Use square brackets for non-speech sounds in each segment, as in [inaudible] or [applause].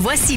Voici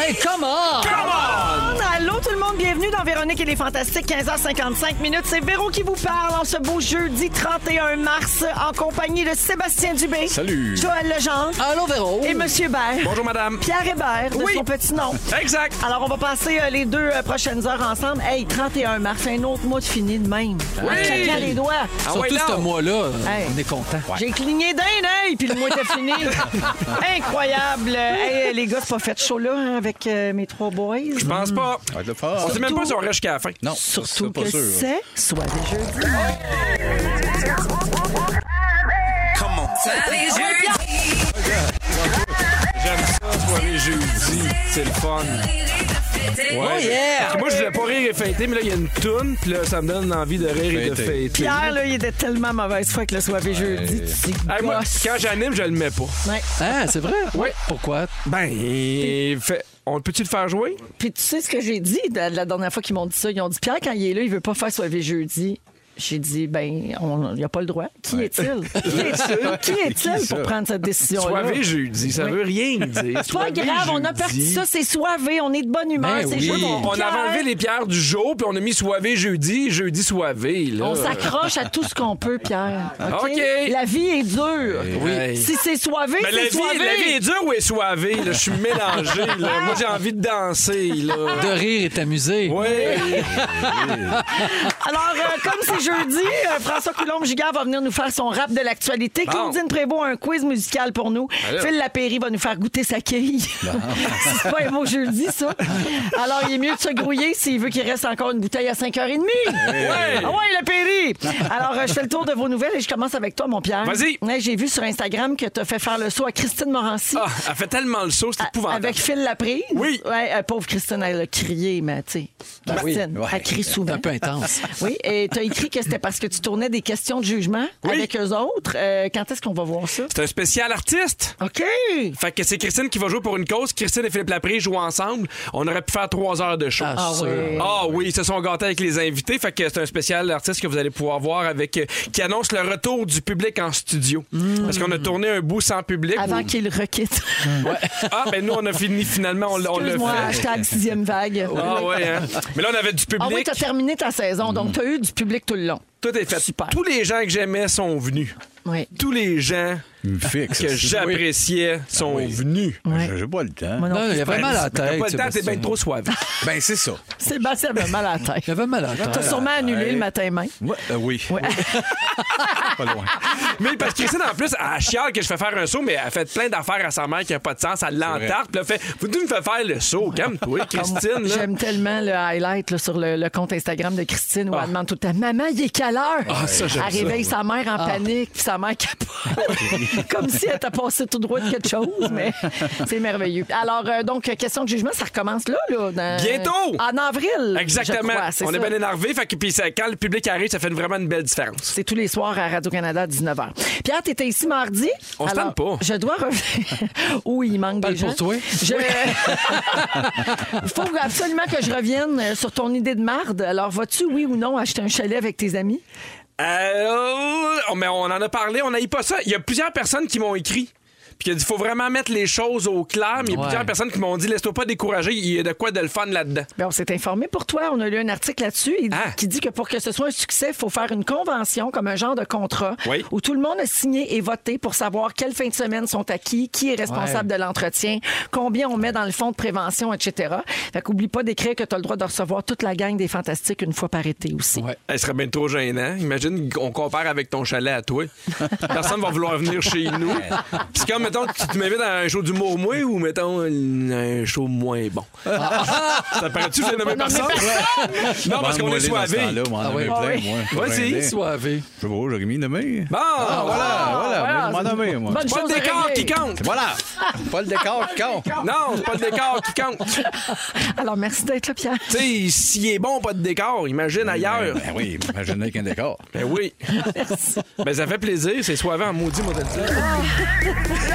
Hey, come on! Allô tout le monde, bienvenue dans Véronique et les Fantastiques, 15h55 minutes. C'est Véro qui vous parle en ce beau jeudi 31 mars en compagnie de Sébastien Dubé. Salut. Joël Legendre Allô, Véro! et Monsieur Bert. Bonjour, madame. Pierre Hébert de Oui. son petit nom. Exact. Alors, on va passer euh, les deux euh, prochaines heures ensemble. Hey, 31 mars, un autre mois de fini de même. En claquant les doigts. Ah ouais, Surtout non. ce mois-là, Hey. on est content. J'ai cligné d'un œil, puis le mois était fini. Incroyable. Hey, les gars, c'est pas fait chaud là hein, avec euh, mes trois boys. Je pense pas. Ça va être Ah, le fort. On sait même pas si on reste jusqu'à la fin. Non, Surtout c'est pas que sûr. c'est soit des jeudis. J'aime ça, soirée jeudi. C'est le fun. Ouais. oh, Parce que moi, je voulais pas rire et fêter, mais là, il y a une toune, puis là, ça me donne envie de rire et de Fêter. fêter. Pierre, là, il était tellement mauvaise foi que le soir et jeudi. petit Hey, moi, gosse. quand j'anime, je le mets pas. Ah, c'est vrai? Oui. Pourquoi? Ben, il fait- on peut-tu le faire jouer? Puis tu sais ce que j'ai dit de- de la dernière fois qu'ils m'ont dit ça? Ils ont dit, Pierre, quand il est là, il veut pas faire soirée jeudi. J'ai dit, ben, on- il n'y a pas le droit. Qui [laughs] est-il? Qui est-il? Qui est-il pour prendre cette décision-là? Soirée jeudi, ça veut rien dire. [laughs] C'est pas grave, on a perdu ça, c'est soivé, on est de bonne humeur, Ben c'est oui. juste On On avait enlevé les pierres du jour, puis on a mis soivé jeudi, jeudi soivé. Là. On s'accroche à tout ce qu'on peut, Pierre. OK? [laughs] OK. Eh La vie est dure. Oui. Si c'est soivé, Mais Ben, la c'est vie, soivé. la vie est dure ou est soivée? là? Je suis mélangé. là. Moi, j'ai envie de danser. Là. De rire et t'amuser. Ouais. Alors, euh, comme c'est jeudi, euh, François Coulombe-Gigard va venir nous faire son rap de l'actualité. Bon. Ah, Claudine Prévost a un quiz musical pour nous. Alors. Phil Lapéry va nous faire goûter sa quille. [laughs] c'est pas un mot jeudi, ça. Alors, il est mieux de se grouiller s'il veut qu'il reste encore une bouteille à 5h30. Eh Ah ouais, Lapéry! Alors, euh, je fais le tour de vos nouvelles et je commence avec toi, mon Pierre. Vas-y. Ouais, J'ai vu sur Instagram que tu as fait faire le saut à Christine Morancy. Ah, elle fait tellement le saut, c'est épouvantable. Ah, Avec Phil Laprise. Oui. Ben Ouais, euh, pauvre Christine, elle a crié, mais tu sais. Christine, oui, ouais. elle crie souvent. C'est un peu intense. [laughs] Oui, et tu as écrit que c'était parce que tu tournais des questions de jugement Oui. avec eux autres. Euh, quand est-ce qu'on va voir ça? C'est un spécial artiste. OK! Fait que c'est Christine qui va jouer pour une cause. Christine et Philippe Laprie jouent ensemble. On aurait pu faire trois heures de show. Ah, Ah sûr. oui. Ah oui, ils se sont gâtés avec les invités. Fait que c'est un spécial artiste que vous allez pouvoir voir avec euh, qui annonce le retour du public en studio. Parce qu'on a tourné un bout sans public. Hmm. Avant qu'il requitte. Ah ben nous on a fini finalement, on, l'a- on l'a Excuse-moi, fait. hashtag sixième vague. Ah ouais, hein. Mais là on avait du public. Ah oui, t'as terminé ta saison, donc t'as eu du public tout le long. Tout est fait. Super. Tous les gens que j'aimais sont venus. Oui. Tous les gens hein. me fixe. que j'appréciais sont venus. Ouais. J'ai- J'ai pas le temps. Moi non Non, plus. il y a vraiment la T'as tête. pas le temps, t'es Sébastien. bien [laughs] trop soif. Ben, c'est ça. Sébastien avait mal à la tête. Il y avait mal à la T'as tête. Ah, sûrement annulé le matin même. Ouais, euh, oui. [laughs] pas loin. Mais parce que Christine, en plus, elle chiale que je fais faire un saut, mais elle fait plein d'affaires à sa mère qui n'a pas de sens. Elle l'entarte. Puis elle fait Vous devez me faire faire le saut. Calme-toi, Christine. là. J'aime tellement le highlight là, sur le, le compte Instagram de Christine où elle demande tout le temps Maman, il est quelle heure Ah. ça, Ah. j'aime Elle réveille sa mère en panique, puis sa mère [laughs] capote. Comme si elle t'a passé tout droit de quelque chose, mais c'est merveilleux. Alors, euh, donc, euh, question de jugement, ça recommence là. là dans- Bientôt! En avril. Exactement. je crois, c'est On est ça. bien énervé. Fait que puis ça- quand le public arrive, ça fait une- vraiment une belle différence. C'est tous les soirs à Radio-Canada à 19h. Pierre, t'étais ici mardi. On se Alors, tente pas. Je dois revenir. [laughs] oui, il manque Parle des gens. pour toi. Je... [laughs] faut absolument que je revienne euh, sur ton idée de marde. Alors, vas-tu, oui ou non, acheter un chalet avec tes amis? Euh, oh, mais on en a parlé, on n'aille pas ça. Il y a plusieurs personnes qui m'ont écrit. Puis qui a dit, faut vraiment mettre les choses au clair. Mais il y a Ouais. plusieurs personnes qui m'ont dit, laisse-toi pas décourager, il y a de quoi de le fun là-dedans. Ben, on s'est informé pour toi. On a lu un article là-dessus il- Ah. qui dit que pour que ce soit un succès, il faut faire une convention comme un genre de contrat Oui. où tout le monde a signé et voté pour savoir quelles fins de semaine sont acquis, qui est responsable de l'entretien, combien on met dans le fonds de prévention, etc. Fait qu'oublie pas d'écrire que tu as le droit de recevoir toute la gang des fantastiques une fois par été aussi. Ouais. Elle Eh, serait bien trop gênant. [laughs] Imagine qu'on compare avec ton chalet à toi. Personne va vouloir venir chez nous. Puis C'est comme mettons, que tu m'invites à un show d'humour moins ou, mettons, un show moins [laughs] bon? ça paraît-tu que j'ai nommé personne? non, parce qu'on est soivé. Là, moi, Ah en oui. avait Ah plein, oui. moi. Vas-y. Je sais Soivé. pas, j'ai mis nommé. Bon, Ah, voilà. Voilà, moi, je m'en nommé, moi. Bonne C'est pas chose le à décor régler. qui compte. Voilà! Pas le décor, con! Non, c'est pas le décor qui compte. Alors, merci d'être là, Pierre. Tu sais, s'il est bon, pas de décor, imagine ailleurs. Ben oui, imaginez avec un décor. Ben [laughs] oui. Ben ça fait plaisir, c'est soivé en maudit, moi, de le dire.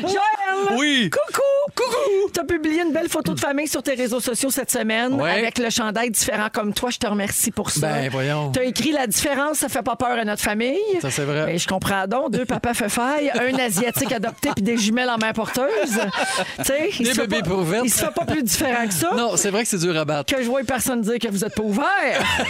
Joël! Oui! Coucou! Coucou! T'as publié une belle photo de famille sur tes réseaux sociaux cette semaine Ouais. avec le chandail différent comme toi. Je te remercie pour ça. Ben, voyons. T'as écrit la différence, ça fait pas peur à notre famille. Ça, c'est vrai. Ben, je comprends donc. Deux papas feufailles, un asiatique adopté puis des jumelles en [laughs] main porteuse. Tu sais, il Des se fait bébés pas- pour vêtements. Il se fait pas plus différent que Ah. ça. Non, c'est vrai que c'est dur à battre. que je vois personne dire que vous êtes pas ouvert.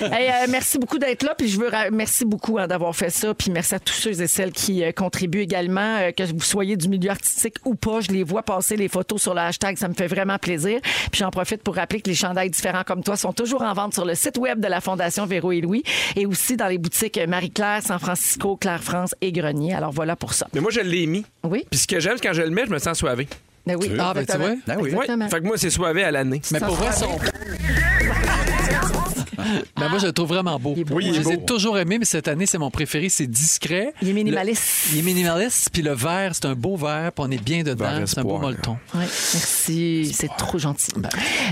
Hey, euh, merci beaucoup d'être là, puis je veux ra- merci beaucoup hein, d'avoir fait ça, puis merci à tous ceux et celles qui euh, contribuent également, euh, que vous soyez du milieu artistique ou pas, je les vois passer les photos sur le hashtag, ça me fait vraiment plaisir. Puis j'en profite pour rappeler que les chandails différents comme toi sont toujours en vente sur le site web de la Fondation Véro et Louis et aussi dans les boutiques Marie-Claire, San Francisco, Claire France et Grenier. Alors voilà pour ça. Mais moi, je l'ai mis. Oui, Puis ce que j'aime, c'est quand je le mets, je me sens soivé. ben oui, Ah, ben, tu exactement. vois. Ben oui. Oui. Exactement. Fait que moi, c'est soivé à l'année. Mais pour vrai, son. Ben moi, je le trouve vraiment beau. est beau, Oui, hein? je les ai toujours aimés, mais cette année, c'est mon préféré. C'est discret. Il est Le- minimaliste. il est minimaliste, puis le vert, c'est un beau vert, puis on est bien dedans. Vert C'est un beau espoir. molleton. Ouais, merci, c'est trop gentil.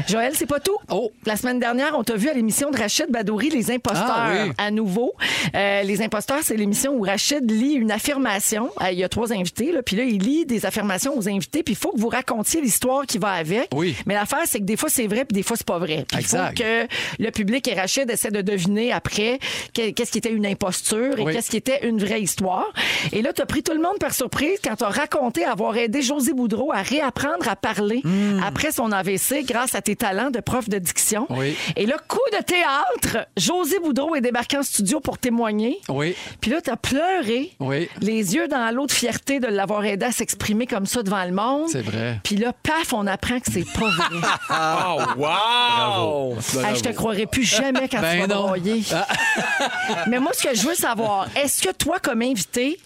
Joël, c'est pas tout. Oh. La semaine dernière, on t'a vu à l'émission de Rachid Badouri, Les Imposteurs, Ah oui. à nouveau. Euh, les Imposteurs, c'est l'émission où Rachid lit une affirmation. Euh, il y a trois invités, là, puis là, il lit des affirmations aux invités, puis il faut que vous racontiez l'histoire qui va avec. Oui. Mais l'affaire, c'est que des fois, c'est vrai, puis des fois, c'est pas vrai. Puis Il faut Exact. que le public et Rachid essaient de deviner après que- qu'est-ce qui était une imposture et Oui. qu'est-ce qui était une vraie histoire. Et là, tu as pris tout le monde par surprise quand tu as raconté avoir aidé José Boudreau à réapprendre à parler Hmm. après son AVC grâce à tes talents de prof de diction. Oui. Et là, coup de théâtre, José Boudreau est débarqué en studio pour témoigner. Oui. Puis là, tu as pleuré, Oui. les yeux dans l'eau de fierté de l'avoir aidé à s'exprimer comme ça devant le monde. C'est vrai. Puis là, paf, on apprend que c'est pas [laughs] vrai. Oh, wow! Hey, je te croirais plus jamais quand Ben tu vas non. Ah. broyer. [laughs] Mais moi, ce que je veux savoir, est-ce que toi, comme invité,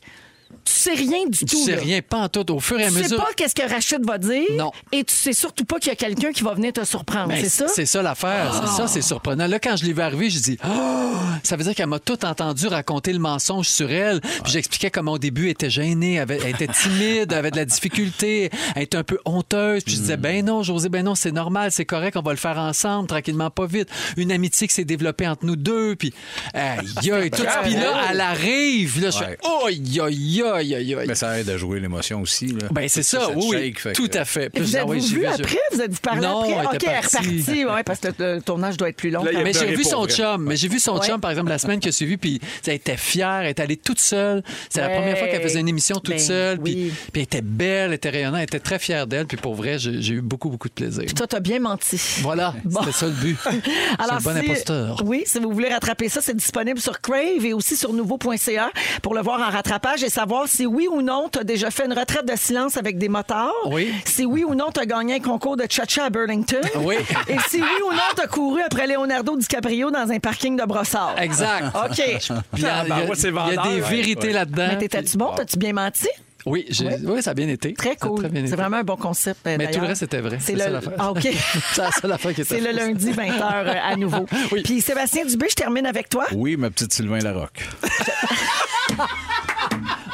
tu sais rien du Tu tout? sais là? rien, pas en tout. Au fur et à Tu sais mesure. pas qu'est-ce que Rachid va dire Non. et tu sais surtout pas qu'il y a quelqu'un qui va venir te surprendre, Ben, c'est ça? C'est ça l'affaire. C'est Ça, c'est surprenant. Là, quand je l'ai vu arriver, j'ai dit Ah! Ça veut dire qu'elle m'a tout entendu raconter le mensonge sur elle. Puis j'expliquais comment au début elle était gênée, avait- elle était timide, elle avait de la difficulté, elle était un peu honteuse. Puis je disais Ben non, José, ben non, c'est normal, c'est correct, on va le faire ensemble, tranquillement, pas vite. Une amitié qui s'est développée entre nous deux. Puis aïe, aïe, tout ça. Puis là, elle arrive. Là, je fais Ouais. Aïe, aïe, aïe, aïe, aïe. Mais ça aide à jouer l'émotion aussi. Là. Ben c'est ça, te oui, oui, shake, fait tout que- à fait. Puis je Vous dis, Ah êtes oui, j'y vu vais, j'y vais. après? Vous êtes parlé Non, après? elle OK, était elle est partie. repartie. Ouais, parce que le, le tournage doit être plus long. Là, il y a quand Mais même. j'ai pleuré vu pour son vrai. chum. Mais j'ai vu son Ouais. chum, par exemple, la semaine qui a suivi, puis tu sais, elle était fière, elle est allée toute seule. C'est la Ouais. première fois qu'elle faisait une émission toute Ben, seule. Puis, oui. puis elle était belle, elle était rayonnante, elle était très fière d'elle. Puis pour vrai, j'ai j'ai eu beaucoup, beaucoup de plaisir. Toi, t'as bien menti. Voilà, c'était ça le [laughs] but. C'est le bon si- imposteur. Oui, si vous voulez rattraper ça, c'est disponible sur Crave et aussi sur nouveau.ca pour le voir en rattrapage et savoir si oui ou non tu as déjà fait une retraite de silence avec des motards. Oui. Ah Si oui ou non tu as gagné un concours de cha-cha à Burlington. Oui. Et si oui ou non tu as couru après Leonardo DiCaprio dans un parking de brossard. Exact. [laughs] OK. Puis il y a, il y a- ouais, Ah, bah, c'est il y a vendeur, des ouais, vérités ouais. là-dedans. Mais t'étais-tu bon? T'as-tu bien menti? Oui, j'ai- oui, ça a bien été. Très Ça a cool. bien été. C'est vraiment un bon concept. euh, Mais tout d'ailleurs. le reste était vrai. C'est C'est ça le... l'affaire. Ah, OK. [laughs] C'est la seule affaire qui était C'est le fausse. lundi 20h à nouveau. [laughs] Oui. Puis Sébastien Dubé, je termine avec toi. Oui, ma petite Sylvain Larocque.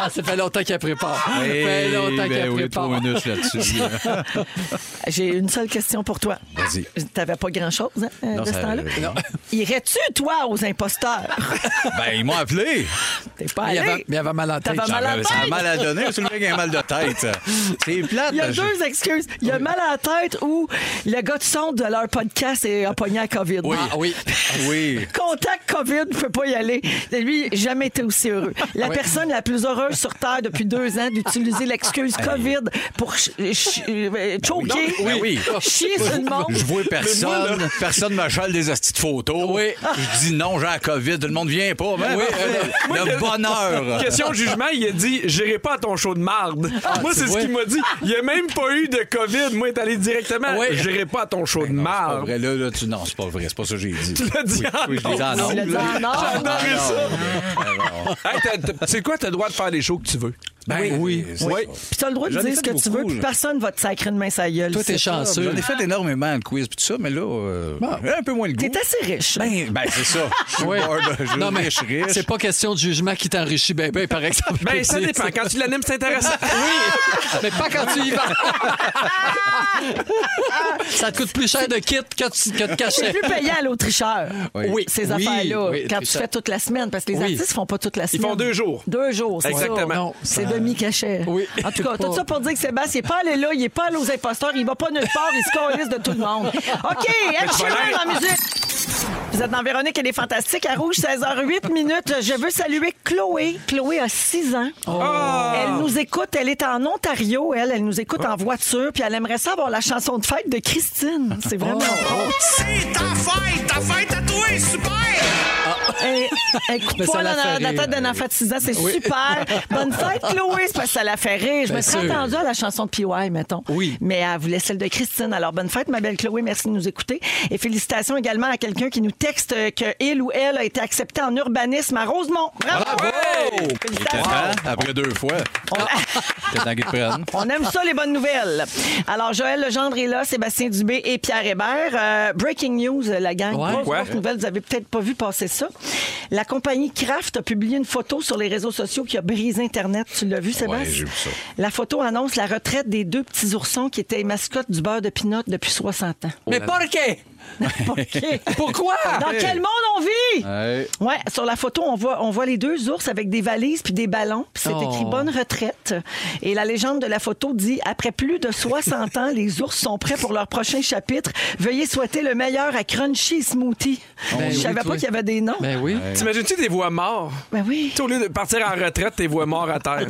Ah, ça fait longtemps qu'elle prépare. Ça fait Eh, longtemps qu'elle ben oui, prépare. trois minutes là-dessus. J'ai une seule question pour toi. Vas-y. T'avais pas grand-chose hein, euh, Non, de ce ça- temps-là? non. [laughs] Irais-tu, toi, aux [laughs] imposteurs? ben, ils m'ont appelé. T'es pas Mais il y allé. avait- mais il y avait mal en tête. T'avais mal à la J'avais- Ça a tête. mal à donner, Sylvain qui a mal de tête. C'est plate. Il y a parce que- deux excuses. Il y a mal à la tête ou le gars de son de leur podcast est a pogné à COVID. Oui. Ah, [laughs] oui. Oui. Contact COVID, ne peut pas y aller. Lui, jamais été aussi heureux. Oui. La Ah personne la plus heureuse seul sur Terre depuis deux ans d'utiliser l'excuse Ah, COVID pour ch- ch- euh, choquer, Ben Ah oui. chier sur le monde. Je vois personne. Personne m'achale des astuces de photos. Oui. Je dis non, j'ai la COVID. Tout le monde vient pas. Ben, Oui, ben, le bonheur. Question jugement, il a dit J'irai pas à ton show de marde. Ah, [laughs] Moi, tu c'est ce vois. qu'il m'a dit. Il a même pas eu de COVID. Moi, il est allé Ah directement Ouais. J'irai pas à ton show de Ben C'est pas marde. vrai. Là, là, tu... Non, c'est pas vrai. C'est pas ça que j'ai [laughs] dit. Tu l'as dit en Oui, je l'ai dit en Tu l'as dit ondes. Ah en ondes. J'adorais ça. Hey, t'as- t'as- c'est quoi, t'as le droit de faire les shows que tu veux? Ben oui. Oui. Oui. Puis t'as le droit de J'en ai dire ce que fait tu veux, beaucoup, puis je- personne va te sacrer de main sa gueule. Toi, t'es c'est chanceux. J'en ai fait énormément de quiz pis tout ça, mais là, euh, un peu moins le ça. goût. T'es assez riche. là. Ben, ben, c'est ça. Je suis Oui. bored, je suis Non, mais riche, riche. c'est pas question de jugement qui t'enrichit ben ben, par exemple. Ben, [laughs] ça C'est- dépend. Quand tu l'animes, c'est [laughs] intéressant. Mais pas quand tu y vas. [laughs] ça te coûte plus cher de kit que, tu- que de C'est cachet. [laughs] plus payant à l'autricheur, Oui. ces Oui, affaires-là, oui, quand tu tricheur. fais toute la semaine, parce que les Oui. artistes font pas toute la semaine. font deux jours. Deux jours, c'est ça. Exactement. Non, C'est ça- demi-cachet. Oui. En tout cas, Pas- tout ça pour dire que Sébastien n'est pas allé là, il n'est pas allé aux imposteurs, il va pas nulle part, il se coalise de tout le monde. [laughs] OK, Ed Sheeran en musique. Vous êtes dans Véronique, elle est fantastique. À Rouge, 16h08 minutes. Je veux saluer Chloé. Chloé a 6 ans. Oh. Ah! Elle nous écoute. Elle est en Ontario, elle. Elle nous Oh. écoute en voiture. Puis elle aimerait ça avoir la chanson de fête de Christine. C'est vraiment Oh. drôle. C'est ta fête, ta fête à toi, super! Elle, elle [laughs] coupe Mais ça pas la la, fait la rire. tête d'un enfant de 6 ans. C'est super. Bonne fête, Chloé. C'est parce que ça la fait rire. Je Bien me serais Ben sûr. attendue à la chanson de PY, mettons. Oui. Mais elle voulait celle de Christine. Alors, bonne fête, ma belle Chloé. Merci de nous écouter. Et félicitations également à quelqu'un qui nous texte euh, que il ou elle a été accepté en urbanisme à Rosemont. Bravo! Il était Félicitations. temps, après deux fois. C'était temps qu'il te prenne. On aime ça, les bonnes nouvelles. Alors, Joël Legendre est là, Sébastien Dubé et Pierre Hébert. Euh, breaking news, la gang. Ouais. Grosse, Ouais. grosse nouvelle, vous avez peut-être pas vu passer ça. La compagnie Kraft a publié une photo sur les réseaux sociaux qui a brisé Internet. Tu l'as vu, Sébastien? j'ai vu ça. La photo annonce la retraite des deux petits oursons qui étaient mascottes du beurre de pinot depuis 60 [laughs] ans. Mais pourquoi? OK. Pourquoi? Dans quel monde on vit? [laughs] Ouais. Ouais, sur la photo, on voit, on voit les deux ours avec des valises puis des ballons. Puis c'est Oh. écrit Bonne retraite. Et la légende de la photo dit Après plus de 60 ans, les ours sont prêts pour leur prochain chapitre. Veuillez souhaiter le meilleur à Crunchy Smoothie. Ben Je oui, savais toi. pas qu'il y avait des noms. Ben, Ben oui. T'imagines-tu des voix morts? oui. Tu sais, au lieu de partir en retraite, tes voix morts [laughs] à terre.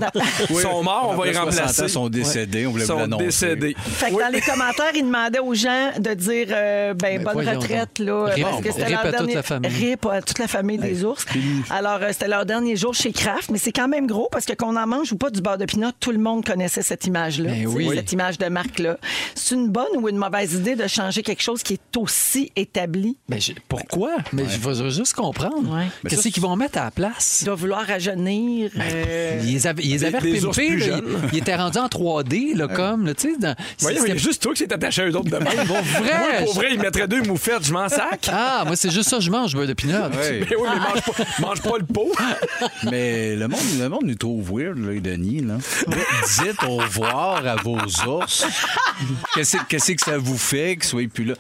Ils sont morts, on va Après les 60 ans, remplacer. sont décédés, on voulait Ils vous sont l'annoncer. décédés. Fait que dans les commentaires, ils demandaient aux gens de dire euh, ben, Ben, bonne voyons retraite donc. là Rip- parce que c'était rip leur à toute dernier la famille. rip à toute la famille des ours. Alors euh, c'était leur dernier jour chez Kraft, mais c'est quand même gros parce que qu'on en mange ou pas du beurre de pinot, tout le monde connaissait cette image là, Ben oui. cette image de marque là. C'est une bonne ou une mauvaise idée de changer quelque chose qui est aussi établi Mais j'ai- pourquoi? Mais je vais juste comprendre. Ouais. Mais Qu'est-ce qu'ils vont mettre à la place? Tu dois vouloor rajeunir. Ben, euh, Ils les avaient, ils les Des- avaient des ours repimpés, plus là. jeunes. Ils, ils étaient rendus en 3D, là, comme, là, tu sais. dans- Voyons, il y a c'était- juste toi qui s'est attaché à eux autres de même. Bon, vrai. Moi, pour vrai, ils mettraient deux moufettes, je m'en sac. Ah, moi, c'est juste ça, je mange, beurre de pinot. Ouais. Mais oui, mais mange pas, mange pas le pot. Mais le monde, le monde nous trouve weird, là, les Denis. Là. Dites au revoir à vos [laughs] ours. Qu'est-ce qu'est-ce que ça vous fait que soyez plus là?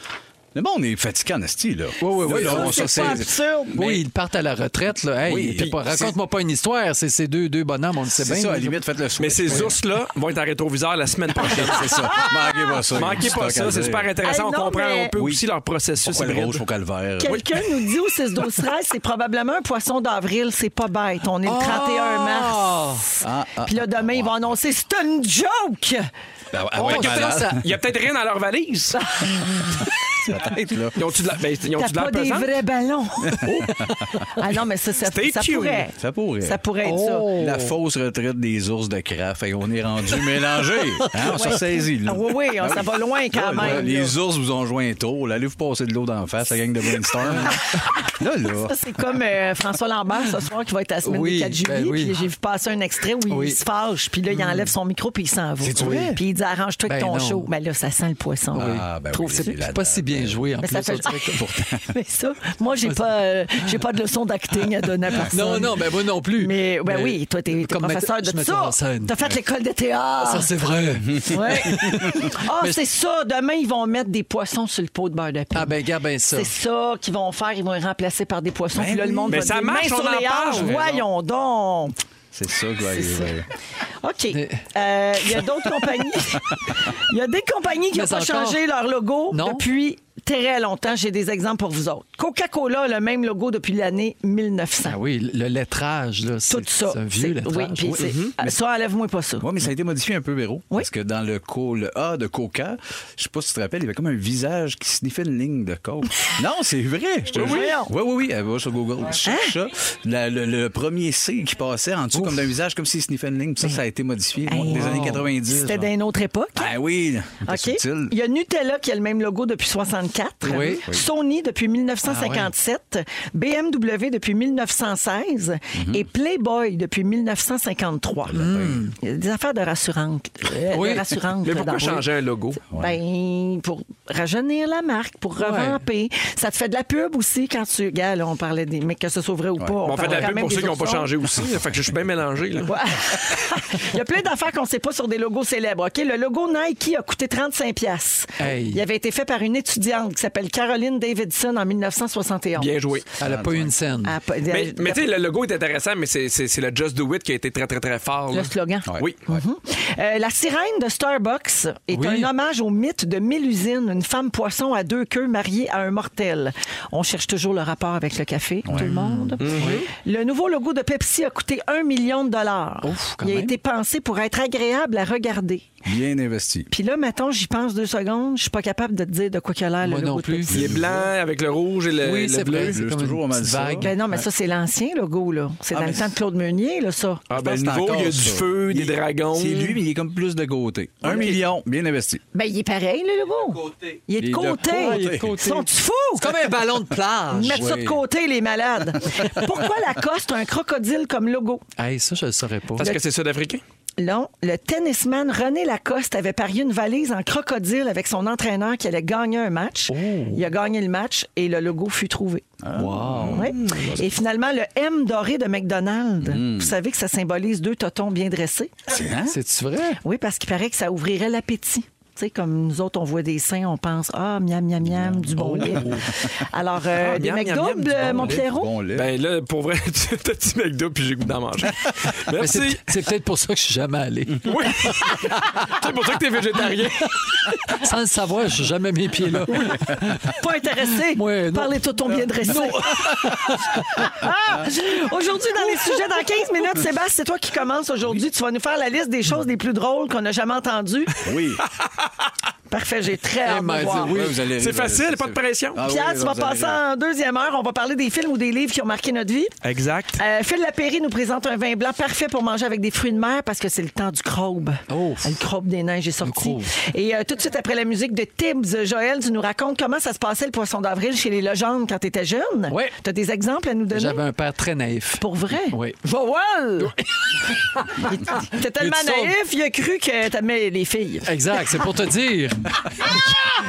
Le monde est fatigué en asti, là. oui, oui, Là, ça, on- c'est ça, pas absurde. Mais- Oui, ils partent à la retraite, là. Hey, Oui, il était puis pas- c'est- raconte-moi pas une histoire. C'est ces deux, deux bonhommes, on le sait C'est bien. ça, à là. la limite, faites le souhait. Mais ces Oui. ours-là vont être en rétroviseur la semaine prochaine. [laughs] C'est ça. Manquez pas ça. Manquez pas Stock à ça, c'est dire. super intéressant. Hey, non, on comprend mais- un peu Oui. aussi leur processus Pourquoi le hybride. rouge, pourquoi le vert? Quelqu'un nous dit au 6 12 13 c'est probablement un poisson d'avril, c'est pas bête. On est le 31 mars. Ah, ah, Puis là demain ils vont annoncer c'est une joke. Ben, Oh, ah, On ouais, comprend malade, ça. Il y a peut-être rien dans [laughs] leur valise. peut-être, là. Ils ont-tu de la, ben, ils ont-tu de T'as pas la des pesante? vrais ballons. ah non mais ça ça, Stay ça tuned. pourrait. Ça pourrait. Ça pourrait être Oh. La fausse retraite des ours de Kraft. Et on est rendu mélangé. Hein, on s'est saisi, ça. là. Ben Ah oui oui, on- ça va loin [laughs] quand Là, là, même. là. les ours vous ont joint tôt. Là, allez vous passer de l'eau d'en face, la gang [laughs] de Brainstorm. là, là. Ça, c'est comme euh, François Lambert ce soir qui va être à la semaine Oui, du 4 juillet. ben oui. Puis j'ai vu passer un extrait où il Oui. se fâche. Puis là, il enlève son micro puis il s'en va. C'est-tu vrai? Puis il dit arrange-toi avec Ben ton non. show. Mais là, ça sent le poisson. Ah, ben Je trouve oui, que c'est la- c'est pas si bien joué, en Mais plus. ça fait- on dirait que- [laughs] Mais ça, moi, j'ai pas, euh, j'ai pas de leçon d'acting à donner à personne. Non, non, ben moi non plus. Mais ben oui, toi, t'es, t'es comme professeur metteur- je de metteur en ça. scène. T'as fait l'école de Ça, Ah. théâtre. c'est [laughs] vrai. [laughs] Ouais. Ah, Mais- c'est ça. Demain, ils vont mettre des poissons sur le pot de beurre de pain. Ah, ben, gars, ben ça. Ben C'est ça qu'ils vont faire. Ils vont les remplacer par des poissons. Puis là, le monde Mais va ça dire, marche, main on sur en les parle. hanches. Mais Voyons donc. C'est ça qui va arriver. OK. Euh, Il [laughs] y a d'autres compagnies. Il y a des compagnies qui Mais n'ont pas encore. changé leur logo Non. depuis très longtemps. J'ai des exemples pour vous autres. Coca-Cola a le même logo depuis l'année 1900. Ah oui, le lettrage, là, c'est Tout ça. c'est un vieux C'est- lettrage. Oui, puis c'est- Mhm. Ah, Ça, enlève-moi pas ça. Oui, mais ça a été modifié un peu, Véro. Oui. Parce que dans le, co- le A de Coca, je sais pas si tu te rappelles, il y avait comme un visage qui sniffait une ligne de [laughs] coke. non, c'est vrai. Je te Oui, Hein? jure. voyons. oui, oui, oui. Elle va sur Google. Je cherche ça. La- le, le premier C qui passait en dessous comme d'un visage, comme s'il sniffait une ligne. Puis Ça, ça a été modifié moi, Hey. des années 90. C'était genre. d'une autre époque. Ben oui. c'était OK. subtil. Il y a Nutella qui a le même logo depuis 64. Oui. Oui. Sony depuis 1957. Ah BMW depuis 1916. Mhm. Et Playboy depuis 1953. Ah, Hmm. Il y a Des affaires de rassurantes. euh, Oui. de rassurantes Mais pourquoi là-dedans. changer un logo? Ben, pour rajeunir la marque, pour revamper. Ça te fait de la pub aussi quand tu. Regarde, là, on parlait des. Mais que ce soit vrai ou pas. On fait de parle la quand pub même pour des ceux qui n'ont pas options. changé aussi. là. Fait que je suis bien mélangé. là. Ouais. [laughs] Il y a plein d'affaires qu'on ne sait pas sur des logos célèbres. OK? Le logo Nike a coûté 35 pièces. Hey. Il avait été fait par une étudiante qui s'appelle Caroline Davidson en 1971. Bien joué. Elle n'a pas eu une scène. Ah, pas- Mais, mais tu sais, le logo est intéressant, mais c'est- c'est c'est le Just Do It qui a été très, très, très fort. le là. slogan. Oui. Mhm. Euh, la sirène de Starbucks est Oui. un hommage au mythe de Mélusine, une femme poisson à deux queues mariée à un mortel. On cherche toujours le rapport avec le café, tout le monde. Le nouveau logo de Pepsi a coûté un million de dollars. Ouf, quand Il a même. été pensé pour être agréable à regarder. Bien investi. Puis là, mettons, j'y pense deux secondes, je suis pas capable de te dire de quoi qu'il a l'air le Moi logo non de plus. Pepsi. Il est blanc avec le rouge et le, oui, le c'est bleu. vrai. C'est bleu, comme c'est toujours une mal petite ça. vague. Ben non, mais ça, c'est l'ancien logo, là. C'est dans mais le temps de Claude Meunier, là, ça. Ah, ben, Je pense que c'est nouveau, il y a encore du ça. feu, des Il- dragons. C'est lui, mais il est comme plus de côté. Un million, bien investi. Ben, il est pareil, le logo. Il est de côté. Il est de côté. Sont-tu fous? C'est comme un ballon de plage. Mettre ça de Oui. côté, les malades. Pourquoi Lacoste a un crocodile comme logo? Hey, ça, je ne le saurais pas. Parce que c'est sud-africain. Non, le tennisman René Lacoste avait parié une valise en crocodile avec son entraîneur qui allait gagner un Oh. match. Il a gagné le match et le logo fut trouvé. Ah. Ouais. Et finalement, le M doré de McDonald's, Hmm. vous savez que ça symbolise deux totons bien dressés. hein? C'est-tu vrai? Oui, parce qu'il paraît que ça ouvrirait l'appétit. Tu sais, comme nous autres, on voit des seins, on pense Ah, miam, miam, miam, du bon lait. Alors, euh, Oh. Ah, des miam, miam, miam, McDoubles, du bon Euh, mon lait, Pierrot? Bon, là. Ben là, pour vrai, [laughs] tu t'as dit McDo puis j'ai goût d'en manger. Ah, Mais C'est Merci. c'est peut-être pour ça que je suis jamais [laughs] allé. Oui. [laughs] c'est pour ça que t'es végétarien. Sans le savoir, je suis jamais mes pieds là. Pas [laughs] intéressé Ouais, non. par les tontons bien dressés. Ah! [laughs] aujourd'hui, dans les sujets, dans 15 minutes, Sébastien, c'est toi qui commences aujourd'hui. Tu vas nous faire la liste des choses les plus drôles qu'on n'a jamais entendues. [laughs] Oui. Parfait, j'ai très hâte de m'a dit voir. Oui. Ouais, vous allez- C'est vous allez- facile, pas de pression. Eh, ben, Ah oui, Pierre, tu vous vas allez- passer en deuxième heure. On va parler des films ou des livres qui ont marqué notre vie. Exact. Euh, Phil Lapéry nous présente un vin blanc parfait pour manger avec des fruits de mer parce que c'est le temps du crabe. Oh. Le crabe des neiges est sorti. crabe. Et euh, tout de suite après la musique de Tibbs, Joël, tu nous racontes comment ça se passait le poisson d'avril chez les légendes quand tu étais jeune. Oui. Tu as des exemples à nous donner? J'avais un père très naïf. Pour vrai? Oui. [laughs] Joël! T'es tellement Il est sombre. naïf, il a cru que t'aimais les filles. Exact, c'est pour te [laughs] dire.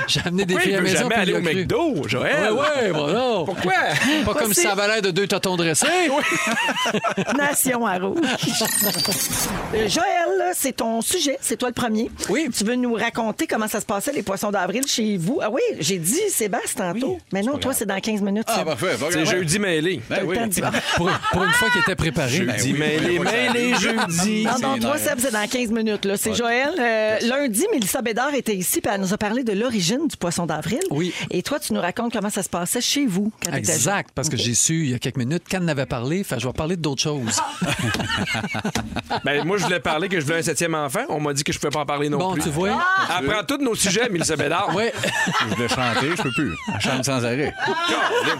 J'ai amené des Pourquoi filles à il la veut maison. jamais puis aller il au l'a cru. McDo, Ouais, Joël? ouais, bon, non. [laughs] Pourquoi? Pas comme si ça avait l'air de deux totons dressés. Nation à rouge. Euh, Joël, c'est ton sujet, c'est toi le premier. Oui. Tu veux nous raconter comment ça se passait les poissons d'avril chez vous? Ah oui, j'ai dit Sébastien tantôt. Mais non, toi, c'est dans 15 minutes. Ah, Seb. parfait. pas C'est grave. jeudi mêlé. Ben oui. T'as le temps [laughs] de dire. Pour, pour une fois qu'il était préparé. Jeudi. Jeudi oui, Ben mêlé, oui, oui. mêlé, jeudi. Non, non, C'est toi, dans- Seb, c'est dans 15 minutes. là. C'est Joël. Euh, lundi, Mélissa Bédard était ici puis elle nous a parlé de l'origine du poisson d'avril. Oui. Et toi, tu nous racontes comment ça se passait chez vous quand t'étais jeune. Exact, parce que j'ai su il y a quelques minutes qu'Anne n'avait parlé, fait, je vais parler d'autres choses. Ben, moi, je voulais parler que je voulais un septième enfant. On m'a dit que je pouvais pas en parler non bon, plus. tu vois? Elle prend tous nos sujets, Mélissa Bédard. Oui, Je vais chanter, je peux plus. Je chante sans arrêt.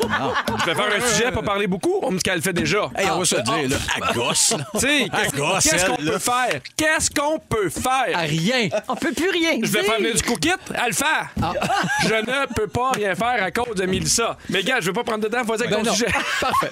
Non. Je vais faire un sujet, pas parler beaucoup. On me dit qu'elle fait déjà. Hey, on va se le dire, là, à gosse, là. Tu sais, Ah, qu'est-ce- qu'est-ce qu'on peut faire? Qu'est-ce qu'on peut faire? à rien. On peut plus rien Je vais dire. faire venir du cookie, à le faire. Ah. Je ne peux pas rien faire à cause de Mélissa. Mais gars, je veux pas prendre de temps, vas-y avec Ben ton non. sujet. [laughs] Parfait.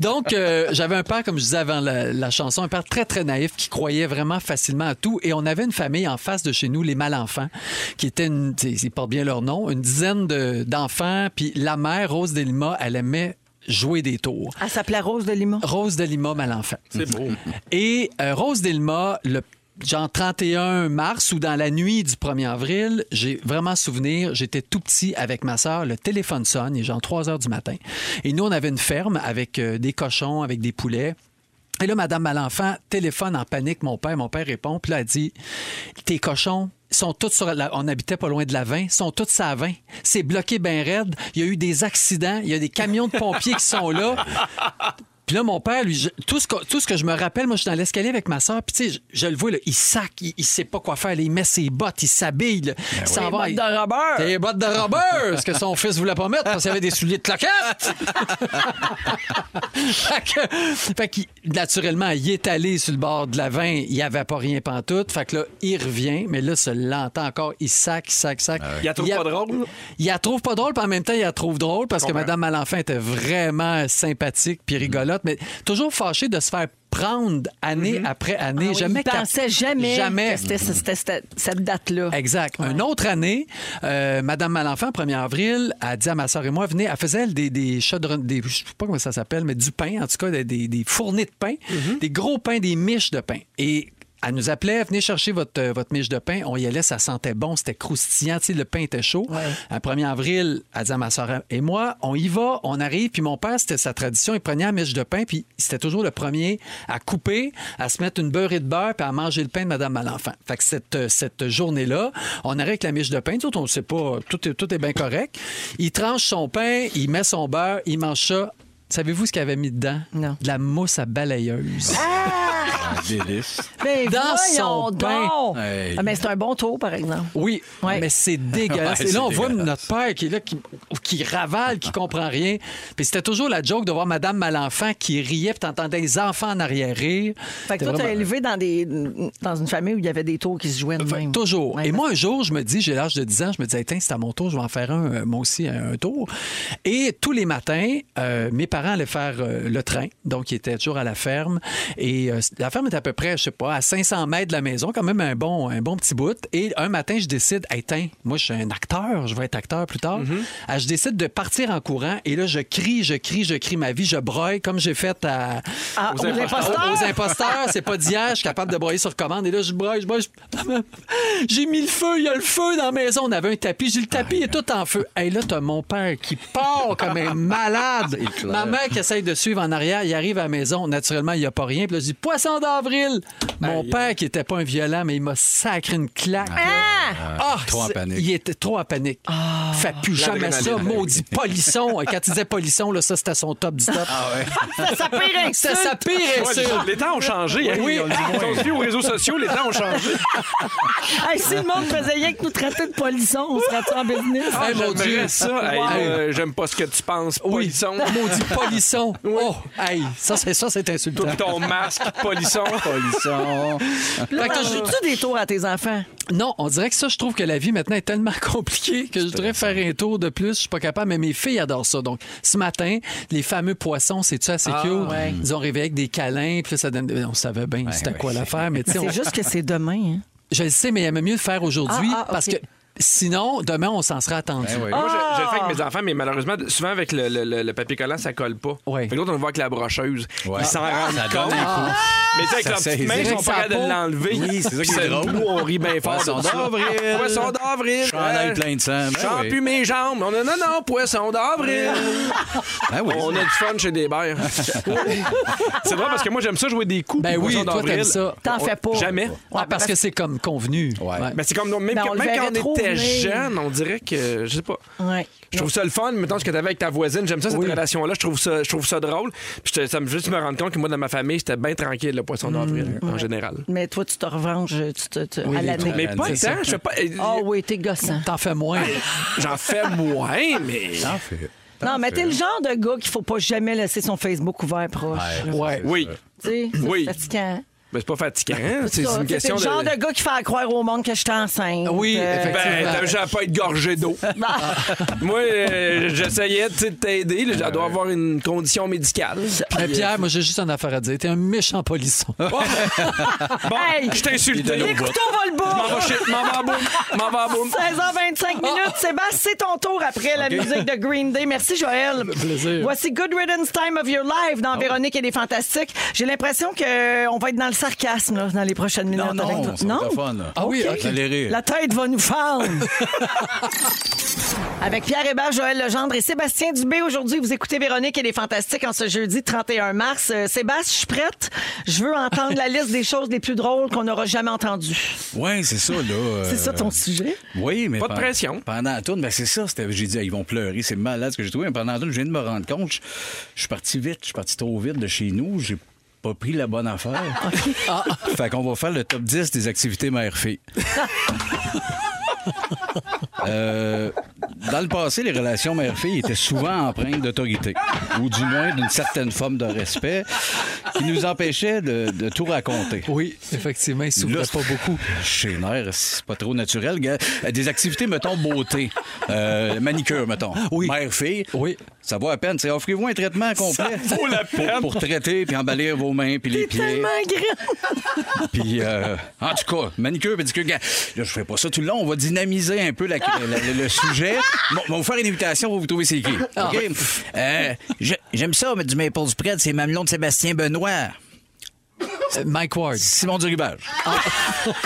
Donc, euh, j'avais un père, comme je disais avant la, la chanson, un père très, très naïf qui croyait vraiment facilement à tout. Et on avait une famille en face de chez nous, les Malenfants, qui était une, tu sais, ils portent bien leur nom, une dizaine de- d'enfants. Puis la mère, Rose Delima, elle aimait jouer des tours. Elle s'appelait Rose de Lima. Rose Delima, Malenfant. C'est beau. Et euh, Rose Delma, le genre 31 mars ou dans la nuit du 1er avril, j'ai vraiment souvenir, j'étais tout petit avec ma sœur, le téléphone sonne, il est genre 3 heures du matin. Et nous, on avait une ferme avec euh, des cochons, avec des poulets. Et là, Madame Malenfant téléphone en panique, mon père, mon père répond, puis là, elle dit, tes cochons, sont toutes sur la- on habitait pas loin de la 20, sont toutes sur la 20. C'est bloqué ben raide. Il y a eu des accidents. Il y a des camions de pompiers qui sont là. Puis là, mon père, lui, je- tout, ce que, tout ce que je me rappelle, moi, je suis dans l'escalier avec ma soeur, puis tu sais, je, je le vois, là, il sac, il, il sait pas quoi faire, là, il met ses bottes, il s'habille, là, Ben il s'en va. bottes il- de Robert. Des bottes de Robert! Ce que son fils voulait pas mettre parce qu'il y avait des souliers de claquettes! [laughs] fait que, fait qu'il- naturellement, il est allé sur le bord de la vin, il n'y avait pas rien pantoute. Fait que là, il revient, mais là, ça l'entend encore, il sac, il sac, sac. Ben Il la trouve a- pas drôle? Il la trouve pas drôle, puis en même temps, il la trouve drôle parce que Mme Malenfant était vraiment sympathique puis rigolote, mais toujours fâchée de se faire prendre année après année. Ah oui, jamais il qu'elle- pensait jamais, Jamais. que c'était- c'était c'était cette date-là. Exact. Une autre année, euh, Madame Malenfant, 1er avril, a dit à ma soeur et moi, venez, elle faisait elle, des, des chaudron- des, je sais pas comment ça s'appelle, mais du pain, en tout cas, des, des, des fournées de pain, des gros pains, des miches de pain. Et elle nous appelait, venez chercher votre, euh, votre miche de pain. On y allait, ça sentait bon, c'était croustillant, tu sais, le pain était chaud. À 1er avril, elle dit à ma soeur et moi, on y va, on arrive, puis mon père, c'était sa tradition, il prenait la miche de pain, puis c'était toujours le premier à couper, à se mettre une beurrée de beurre, puis à manger le pain de Madame Malenfant. Fait que cette, euh, cette journée-là, on arrive avec la miche de pain, nous autres, on ne sait pas, tout est, tout est bien correct. Il tranche son pain, il met son beurre, il mange ça. Savez-vous ce qu'il avait mis dedans? Non. De la mousse à balayeuse. Un Ah, délice. Mais Dans Ben, voyons son donc! pain. Hey. Ah, mais c'est un bon tour, par exemple. Oui, Ouais. mais c'est dégueulasse. Ouais, Et c'est là, on voit dégueulasse. notre père qui est là, qui, qui ravale, qui comprend rien. Puis c'était toujours la joke de voir Madame Malenfant qui riait, puis t'entendais les enfants en arrière rire. Fait C'était que toi, t'as vraiment- élevé dans, des, dans une famille où il y avait des tours qui se jouaient de Fait- même. Toujours. Ouais, et parce- moi, un jour, je me dis, j'ai l'âge de 10 ans, je me dis, Hey, tiens, c'est à mon tour, je vais en faire un, euh, moi aussi, un, un tour. Et tous les matins, euh, mes parents allaient faire euh, le train. Donc, ils étaient toujours à la ferme. Et euh, la ferme est à peu près, je sais pas, à 500 mètres de la maison, quand même un bon, un bon petit bout. Et un matin, je décide, hey, tiens, moi, je suis un acteur, je vais être acteur plus tard. Mm-hmm. Ah, je décide de partir en courant. Et là, je crie, je crie, je crie ma vie, je broille comme j'ai fait à, Ah, aux imposteurs. aux imposteurs, c'est pas d'hier, je suis capable de broyer sur commande. Et là, je broye, je [laughs] broye. je- J'ai mis le feu, il y a le feu dans la maison. On avait un tapis, j'ai le tapis, il est tout en feu. Et là, t'as mon père qui part comme un malade. Ma mère qui essaye de suivre en arrière, il arrive à la maison. Naturellement, il n'y a pas rien. Puis là, je dis Poisson d'avril. Mon père, qui était pas un violent, mais il m'a sacré une claque. Ah, Trop en c'est- panique. Il était trop en panique. Fais plus jamais ça, l'adrénaline. maudit polisson. Quand il disait polisson, là, ça, c'était son top du top. Ça, ça [laughs] pire hein, C'était sa pire Ouais, insulte. les, les temps ont changé. hein. Oui. On le dit moins. Quand on se vit aux réseaux sociaux, les temps ont changé. Hey, si le monde faisait rien que nous traiter de polissons, on serait-tu en business? Ah, mon J'aimerais Dieu. ça. Hey, Wow. euh, J'aime pas ce que tu penses. Oui. Polisson. Maudit [laughs] polisson. Oh, hey, ça, c'est, ça, c'est insultant. Toi pis ton masque, polisson. Polisson. Fait que je- tu des tours à tes enfants? non, on dirait que ça, je trouve que la vie maintenant est tellement [laughs] compliquée que je voudrais faire un tour de plus. Je suis pas capable, mais mes filles adorent ça. Donc, ce matin, les fameux poissons, c'est-tu assez Ah, cute? Ils ont réveillé avec des câlins, puis là, ça donne. On savait bien c'était ouais, quoi c'est- l'affaire, mais tu sais, on- C'est juste que c'est demain. Hein? je le sais, mais il aimait mieux le faire aujourd'hui Ah, ah, parce ok. que sinon, demain, on s'en sera attendu. Ben oui. Ah, Moi, je, je le fais avec mes enfants, mais malheureusement, souvent avec le, le- le- le papier collant, ça colle pas. Ouais. Fait que l'autre, on le voit avec la brocheuse. Ouais. Ils s'en rendent Ça donne compte. un coup. Mais tu sais, avec Ah! Ça leur saisit. petite main, ils sont Ça pas capables de pond. l'enlever. Oui, c'est ça qui est Puis drôle. nous, on rit bien fort. Poisson de ça. d'avril. Poisson d'avril. Chandail Ouais. plein de sang. Ben Je sens oui. plus mes jambes. On a, non, non, poisson d'avril. Ah oui. On a du fun chez des [laughs] bères. c'est vrai parce que moi, j'aime ça jouer des coups. Ben puis oui, poisson toi, d'avril. t'aimes ça. T'en fais pas. Jamais. Ah, parce que c'est comme convenu. Ouais. Ben, c'est comme, même, Ben, que- on le même verrait quand trop on était venir. jeune, on dirait que, je sais pas. Ouais. Je trouve ça le fun, mettons ce que t'avais avec ta voisine. J'aime ça, cette relation-là. Je trouve ça, je trouve ça drôle. Puis je te- ça me juste me rendre compte que moi, dans ma famille, c'était bien tranquille, le Mm. poisson d'avril, en général. Mais toi, tu te revenges tu te, tu- à les l'année. Mais Ouais, pas c'est tant. ça. Je fais pas. euh, Ah oui, t'es gossant. T'en fais moins. J'en fais moins, mais. T'en fais. [laughs] Non, mais t'es fais. le genre de gars qu'il faut pas jamais laisser son Facebook ouvert proche. là. Ouais. Oui. Tu sais, ça, Oui. c'est fatigant. Mais c'est pas fatigant. hein. [laughs] C'est Ça, une t'es question le de. genre de gars qui fait croire au monde que je Euh, t'enseigne. Oui, effectivement. Ben, t'as juste à pas être gorgé d'eau. [laughs] bah, Moi, euh, j'essayais tu sais, de t'aider. là. Je dois avoir une condition médicale. Ah, Mais Ben, Pierre, moi, j'ai juste une affaire à dire. T'es un méchant polisson. Bon, Bon, Hey, je t'insulte. il est allé Les au bout. couteaux vont le M'en va bas! chez- m'en va à boum. M'en va à [laughs] boum. 16h25 minutes. Sébastien, c'est ton tour après la musique de Green Day. Merci, Joël. Voici Good Riddance Time of Your Life dans Véronique et les Fantastiques. J'ai l'impression qu'on va être dans le sarcasme là, dans les prochaines minutes. Non, avec toi. non, c'est non? le fun. là. Ah oui, Vous ok. allez rire. La tête va nous fendre. [laughs] Avec Pierre Hébert, Joël Legendre et Sébastien Dubé. Aujourd'hui, vous écoutez Véronique et les Fantastiques en ce jeudi 31 mars. Euh, Sébastien, je suis prête. Je veux entendre la liste des choses les plus drôles qu'on n'aura jamais entendues. Oui, c'est ça, là. euh, C'est ça ton sujet? Oui, mais Pas de pen- pression. Pendant la tourne, ben c'est ça. c'était- J'ai dit, ah, ils vont pleurer, c'est malade ce que j'ai trouvé. Mais pendant la tourne, je viens de me rendre compte, je, je suis parti vite, je suis parti trop vite de chez nous, j'ai pas pris la bonne affaire. [laughs] Ah. Fait qu'on va faire le top 10 des activités mère-fille. Euh, dans le passé, les relations mère-fille étaient souvent empreintes d'autorité, ou du moins d'une certaine forme de respect, qui nous empêchait de- de tout raconter. Oui, effectivement, il s'ouvrait Lustre. pas beaucoup. [laughs] Chez l'air, c'est pas trop naturel. gars. Euh, Des activités, mettons, beauté. Euh, manicure, mettons. Oui. Mère-fille. Oui. Ça vaut à peine. C'est offrez-vous un traitement complet. vaut la peine. Pour, pour traiter, puis emballer vos mains, puis les pieds. Tellement grand. Puis, euh, en tout cas, manicure, pédicure, gars, là, je fais pas ça tout le long. On va dynamiser un peu la- la- la- le sujet. Bon, on va vous faire une invitation pour vous trouver c'est qui. OK? Euh, je- J'aime ça, mettre du maple spread, c'est Mamelon de Sébastien Benoît. Euh, Mike Ward. Simon Duribage.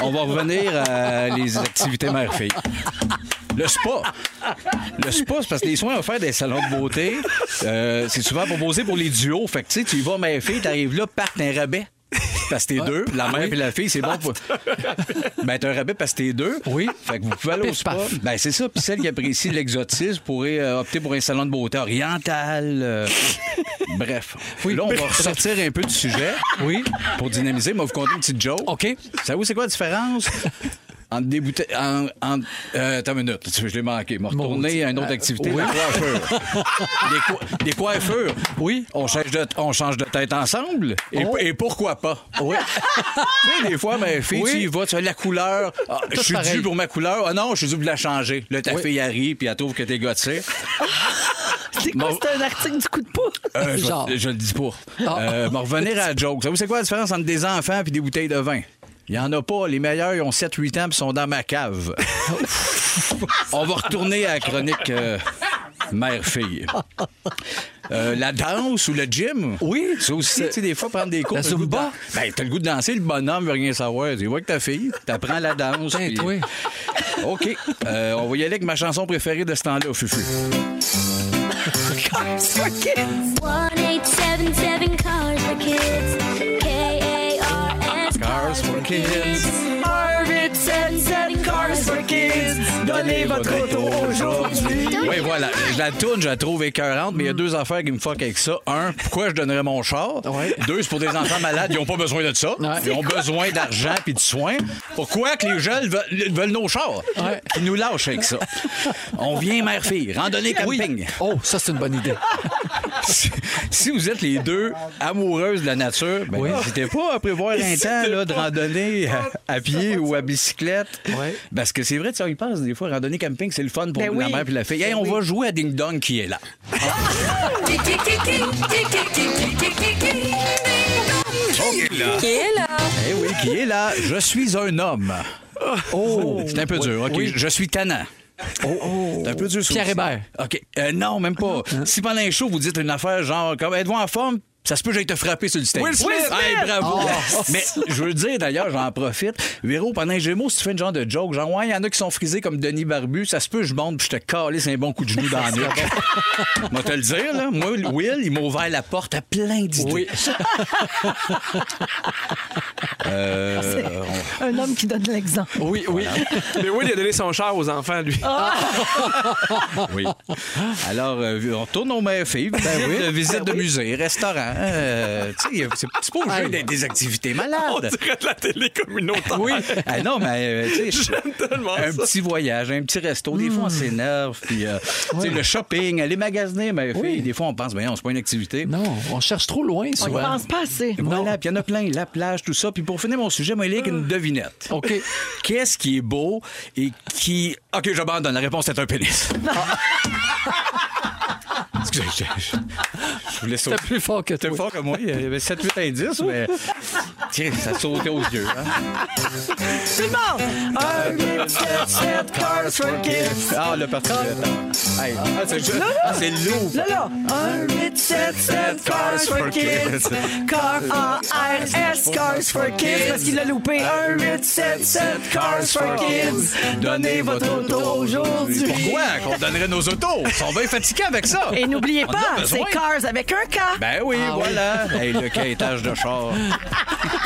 On va revenir à les activités mère-fille. Le spa. Le spa, c'est parce que les soins offerts des salons de beauté, euh, c'est souvent proposé pour les duos. Fait que tu sais, tu y vas mère-fille, t'arrives là, part un rabais. Parce que t'es deux, la mère et la fille, c'est bon [laughs] pour. Ben, t'as un rabais parce que t'es deux. Oui. Fait que vous pouvez aller au Pif, spa. paf. Ben, c'est ça. Puis celle qui apprécie l'exotisme pourrait euh, opter pour un salon de beauté oriental. euh, Bref. Oui. Là, on va ressortir un peu du sujet. Oui. Pour dynamiser, moi, vous compter une petite joke. OK. Savez-vous c'est quoi la différence? En débouté. En, en, euh, attends une minute, je l'ai manqué. Je vais retourner à une autre activité. Euh, oui. La coiffure. les, coi- les coiffures. Oui. On change de, on change de tête ensemble. Et, Oh. et pourquoi pas? Oui. [laughs] tu sais, des fois, ma fille, Oui. tu y vas, tu as la couleur. Ah, je suis pareil. dû pour ma couleur. Ah non, je suis dû pour la changer. Là, ta Oui. fille arrive, puis elle trouve que t'es gossé. C'est quoi? Bon. C'est un article du coup de poing. Euh, je, vais- Genre. je le dis pas. Ah. Euh, bon, revenir à la joke. Savez-vous, c'est quoi la différence entre des enfants et des bouteilles de vin? Il n'y en a pas. Les meilleurs, ils ont 7-8 ans et sont dans [laughs] ma cave. On va retourner à la chronique euh, mère-fille. Euh, la danse ou le gym? Oui. Ça aussi, tu sais, des fois, prendre des cours. La t'as le goût de Zumba? dan- Ben, t'as le goût de danser, le bonhomme veut rien savoir. Tu vois que ta fille, t'apprends la danse. Ben, puis- toi. OK. Euh, on va y aller avec ma chanson préférée de ce temps-là, Fufu. Euh. 1877 Cars for Kids. K A R S. Cars for kids. Donnez votre auto aujourd'hui. Oui, voilà. Je la tourne, je la trouve écœurante, Mm. mais il y a deux affaires qui me fuck avec ça. Un, pourquoi je donnerais mon char? Ouais. Deux, c'est pour des enfants malades, ils n'ont pas besoin de ça. Ouais. Ils ont besoin d'argent puis de soins. Pourquoi que les jeunes veulent, veulent nos chars? Ouais. Ils nous lâchent avec ça. On vient mère-fille, randonnée camping. Oh, ça, c'est une bonne [laughs] idée. Si- si vous êtes les deux amoureuses de la nature, ben, Oui. n'hésitez pas à prévoir un temps là, de randonnée à, à pied ou à bicyclette. Ouais. Parce que c'est vrai, tu y penses, des fois, randonnée camping, c'est le fun pour Ben la oui. mère et la fille. Hey, on Ben va jouer à Ding Dong qui est là. Eh oui, qui est là. Je suis un homme. Oh! C'est un peu dur. OK. Je suis tannant. C'est un peu dur. ça Pierre aussi. Hébert. OK. Euh, non, même pas. Si pendant un show, vous dites une affaire genre, comme êtes-vous en forme? Ça se peut, j'ai te frapper sur le stage. Will Smith! Hey, bravo! Mais je veux dire, d'ailleurs, j'en profite. Véro, pendant les Gémeaux, si tu fais une genre de joke, genre, ouais, il y en a qui sont frisés comme Denis Barbu, ça se peut, je monte puis je te calisse un bon coup de genou dans le nuque. Moi, te le dire, là. Moi, Will, il m'a ouvert la porte à plein d'idées. Oui. Euh, on- Un homme qui donne l'exemple. Oui, oui. Mais Will, il a donné son char aux enfants, lui. Ah. [laughs] Oui. Alors, euh, on retourne aux mères filles. Ben oui. De visite de musée, restaurant. euh, tu sais, c'est c'est pas obligé Hey. d'être des activités On malades. dirait de la télé communautaire. Oui. Oh, Ah non, mais euh, tu sais, tellement un ça. petit voyage, un petit resto. Des fois, on s'énerve. Puis, euh, tu sais, le shopping, aller magasiner, mais filles, des fois, on pense, ben non, c'est pas une activité. Non, on cherche trop loin, On ne souvent. pense pas assez. Voilà, puis il y en a plein, la plage, tout ça. Puis pour finir mon sujet, moi, il y a une devinette. OK. Qu'est-ce qui est beau et qui. OK, j'abandonne. La réponse est un pénis. que je, je- je voulais sauter. C'était plus fort que toi. C'était fort que moi. Il y avait 7, 8, indices, mais. Tiens, ça sautait aux yeux. hein. Tout le monde! Un mix de sept cars for kids. Ah, le parti. Hey, ah, c'est juste- ah, c'est lourd. Là, là, un mix de sept cars for kids. Car A-R-S, cars for kids. Parce qu'il a loupé. Un mix de sept, sept cars for kids. Donnez votre auto aujourd'hui. Pourquoi qu'on donnerait nos autos? Ils sont bien fatigués avec ça. Et n'oubliez On en pas, a c'est besoin. Cars avec un K. Ben oui, voilà. Hey, le caétage de char.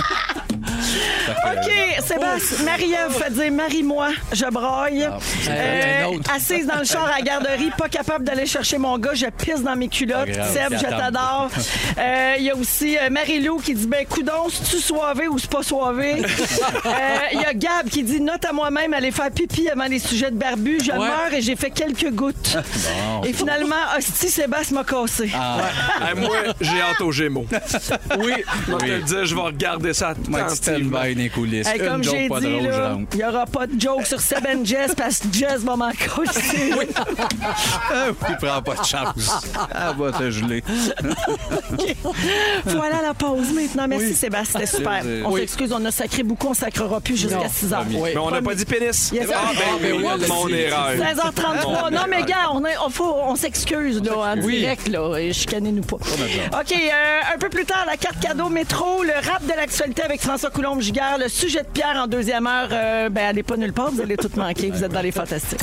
Ça fait- OK, Sébastien, Oh. Marie-Ève fait dire Marie-moi, je broille. Ah, ben, Euh, un autre. assise dans le char à la garderie, pas capable d'aller chercher mon gars, je pisse dans mes culottes. Pas grave, Seb, je t'attends. [laughs] t'adore. Euh, Il y a aussi euh, Marie-Lou qui dit Ben, coudon, c'est-tu soivé ou c'est pas [laughs] soivé? Euh, Il y a Gab qui dit Note à moi-même, aller faire pipi avant les sujets de barbu, je meurs et j'ai fait quelques [laughs] gouttes. Et finalement, Hostie, Sébastien m'a cassé. Ah, moi, j'ai hâte aux Gémeaux. Oui, moi, je te le dis, je vais regarder ça Moi, tu stand attentivement. by dans les coulisses. Hey, comme Une joke j'ai pas dit, drôle, je là, rentre. il n'y aura pas de joke sur Seb and Jess parce que Jess va m'en [laughs] coller. Ah, oui, prends pas de chance. [laughs] Ah, va te geler. Voilà la pause maintenant. Merci Sébastien, c'était super. Plaisir. On Oui. s'excuse, on a sacré beaucoup, on sacrera plus jusqu'à 6 h Oui. Mais on n'a pas dit pénis. Yes, sir. ah, ben, Ah, ben oui, oui, mon merci. erreur. 16h33. Non, mais gars, on, est- on, faut- on s'excuse là, en direct. Là, et chicanez-nous pas. OK, euh, un peu plus tard, la carte cadeau métro, le rap de l'actualité avec François Coulombe-Giguère, le sujet de Pierre en deuxième heure. euh, ben, allez pas nulle part, vous allez tout manquer. Vous êtes dans les fantastiques.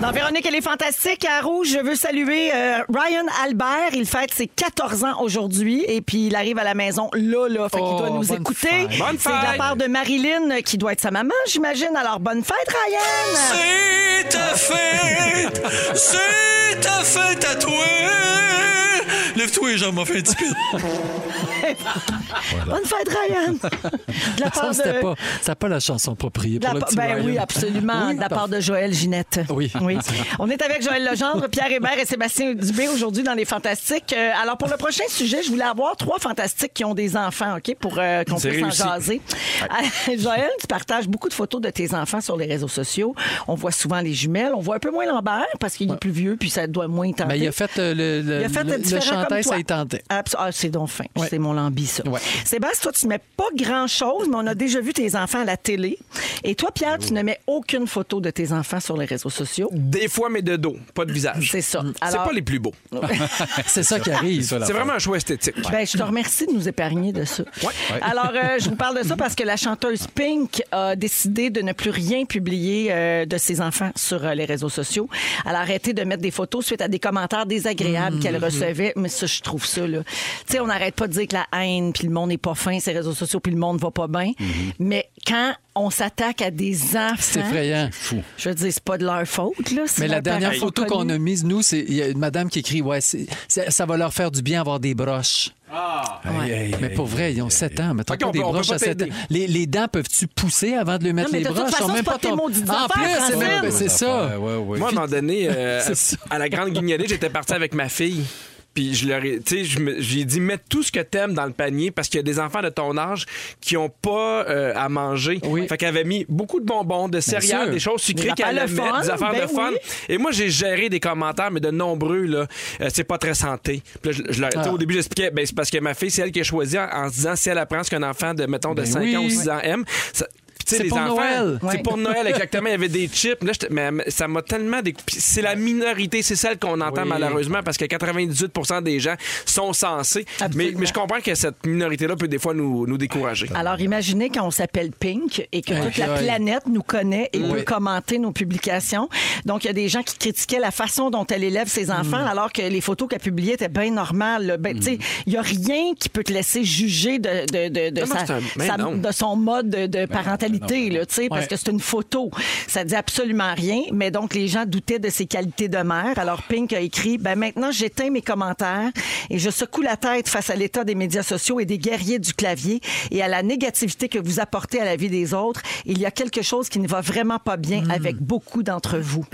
Dans Véronique, elle est fantastique. À Rouge, je veux saluer euh, Ryan Albert. Il fête ses 14 ans aujourd'hui et puis il arrive à la maison là, là. Fait qu'il Oh, doit nous bonne écouter. fête. Bonne C'est de la fête. part de Marilyn euh, qui doit être sa maman, j'imagine. Alors, bonne fête, Ryan! C'est ta fête! C'est ta fête à toi! Lève-toi les jambes, m'a fait un petit peu. Bonne fête, Ryan! De la [laughs] part Ça, de. c'était pas, c'était pas la chanson appropriée de la pour le pa- petit ben Ryan. oui, absolument. Oui, de la par- part de Joël Ginette. Oui. On est avec Joël Legendre, Pierre Hébert et Sébastien Dubé aujourd'hui dans Les Fantastiques. Euh, alors, pour le prochain sujet, je voulais avoir trois fantastiques qui ont des enfants, OK, pour euh, qu'on C'est puisse en jaser. réussi. Ah, [laughs] Joël, tu partages beaucoup de photos de tes enfants sur les réseaux sociaux. On voit souvent les jumelles. On voit un peu moins Lambert parce qu'il est plus vieux puis ça doit moins tenter. Mais il a fait euh, le, le, Il a fait le- le différent chandail, comme toi. ça [laughs] y tentait. Abs- ah, c'est donc fin. Ouais. C'est mon lambi, ça. Ouais. Sébastien, toi, tu mets pas grand-chose, mais on a déjà vu tes enfants à la télé. Et toi, Pierre, tu ne mets aucune photo de tes enfants sur les réseaux sociaux. Des fois, mais de dos, pas de visage. C'est ça. Mm. C'est Alors- pas les plus beaux. C'est ça qui arrive. ça, la C'est fin. vraiment un choix esthétique. Ben, je te remercie de nous épargner de ça. Ouais. Alors, euh, je vous parle de ça parce que la chanteuse Pink a décidé de ne plus rien publier euh, de ses enfants sur euh, les réseaux sociaux. Elle a arrêté de mettre des photos suite à des commentaires désagréables Mhm. qu'elle recevait. Mais ça, je trouve ça, là. Tu sais, on n'arrête pas de dire que la haine, puis le monde n'est pas fin, ces réseaux sociaux, puis le monde va pas bien. Mais quand on s'attaque à des enfants. Mhm. C'est effrayant. Je veux dire, c'est pas de leur faute, là. si Mais la leurs dernière parents sont photo qu'on connus. a mise, nous, c'est il y a une madame qui écrit ouais, c'est- c'est- ça va leur faire du bien avoir des broches. Ah. Aïe, aïe, Mais aïe. pour vrai, ils ont 7 ans. Mettons Ok, pas on des peut- on peut broches pas à 7 ans. t'aider. Les, les dents peuvent-tu pousser avant de lui mettre Non, mais les de toute broches? façon, Ils ont c'est pas tes maudites Ah, En affaires, plus, c'est même- Francine! c'est ça. Ouais, ouais. Moi, à un moment donné, [laughs] euh, C'est ça. à la grande guignolée, j'étais parti avec ma fille. Puis je leur ai, tu sais, je me- j'ai dit mets tout ce que t'aimes dans le panier parce qu'il y a des enfants de ton âge qui ont pas euh, à manger. Oui. Fait qu'elle avait mis beaucoup de bonbons, de sûr. céréales, des choses sucrées Des qu'elle affaires de aimait, fun, des affaires ben de fun. oui. Et moi j'ai géré des commentaires mais de nombreux là, euh, c'est pas très santé. Puis là, je, je leur- tu Ah. sais, au début j'expliquais ben c'est parce que ma fille c'est elle qui a choisi en, en se disant si elle apprend ce qu'un enfant de mettons de Ben 5 oui. ans ou 6 ans aime, ça- puis tu sais, C'est les pour enfants, Noël. C'est Ouais. pour Noël, exactement. Il y avait des chips. Là, j'étais- mais mais ça m'a tellement. déc- Puis C'est la minorité, c'est celle qu'on entend Oui. malheureusement parce que 98 des gens sont censés. Absolument. Mais, mais je comprends que cette minorité-là peut des fois nous, nous décourager. Alors, imaginez quand on s'appelle Pink et que Aïe, toute la aïe. planète nous connaît et peut Oui. commenter nos publications. Donc, il y a des gens qui critiquaient la façon dont elle élève ses Mm. enfants, alors que les photos qu'elle publiait étaient bien normales. là. Ben, tu sais, Il n'y a rien qui peut te laisser juger de, de, de, de Non, non, sa- c'est un- ben sa- non. de son mode de, Ben, de parentalité, là, tu sais, parce Ouais. que c'est une photo. Ça dit absolument rien, mais donc les gens doutaient de ses qualités de mère. Alors, Pink a écrit ben, Maintenant, j'éteins mes commentaires et je secoue la tête face à l'état des médias sociaux et des guerriers du clavier et à la négativité que vous apportez à la vie des autres. Il y a quelque chose qui ne va vraiment pas Hmm. bien avec beaucoup d'entre vous.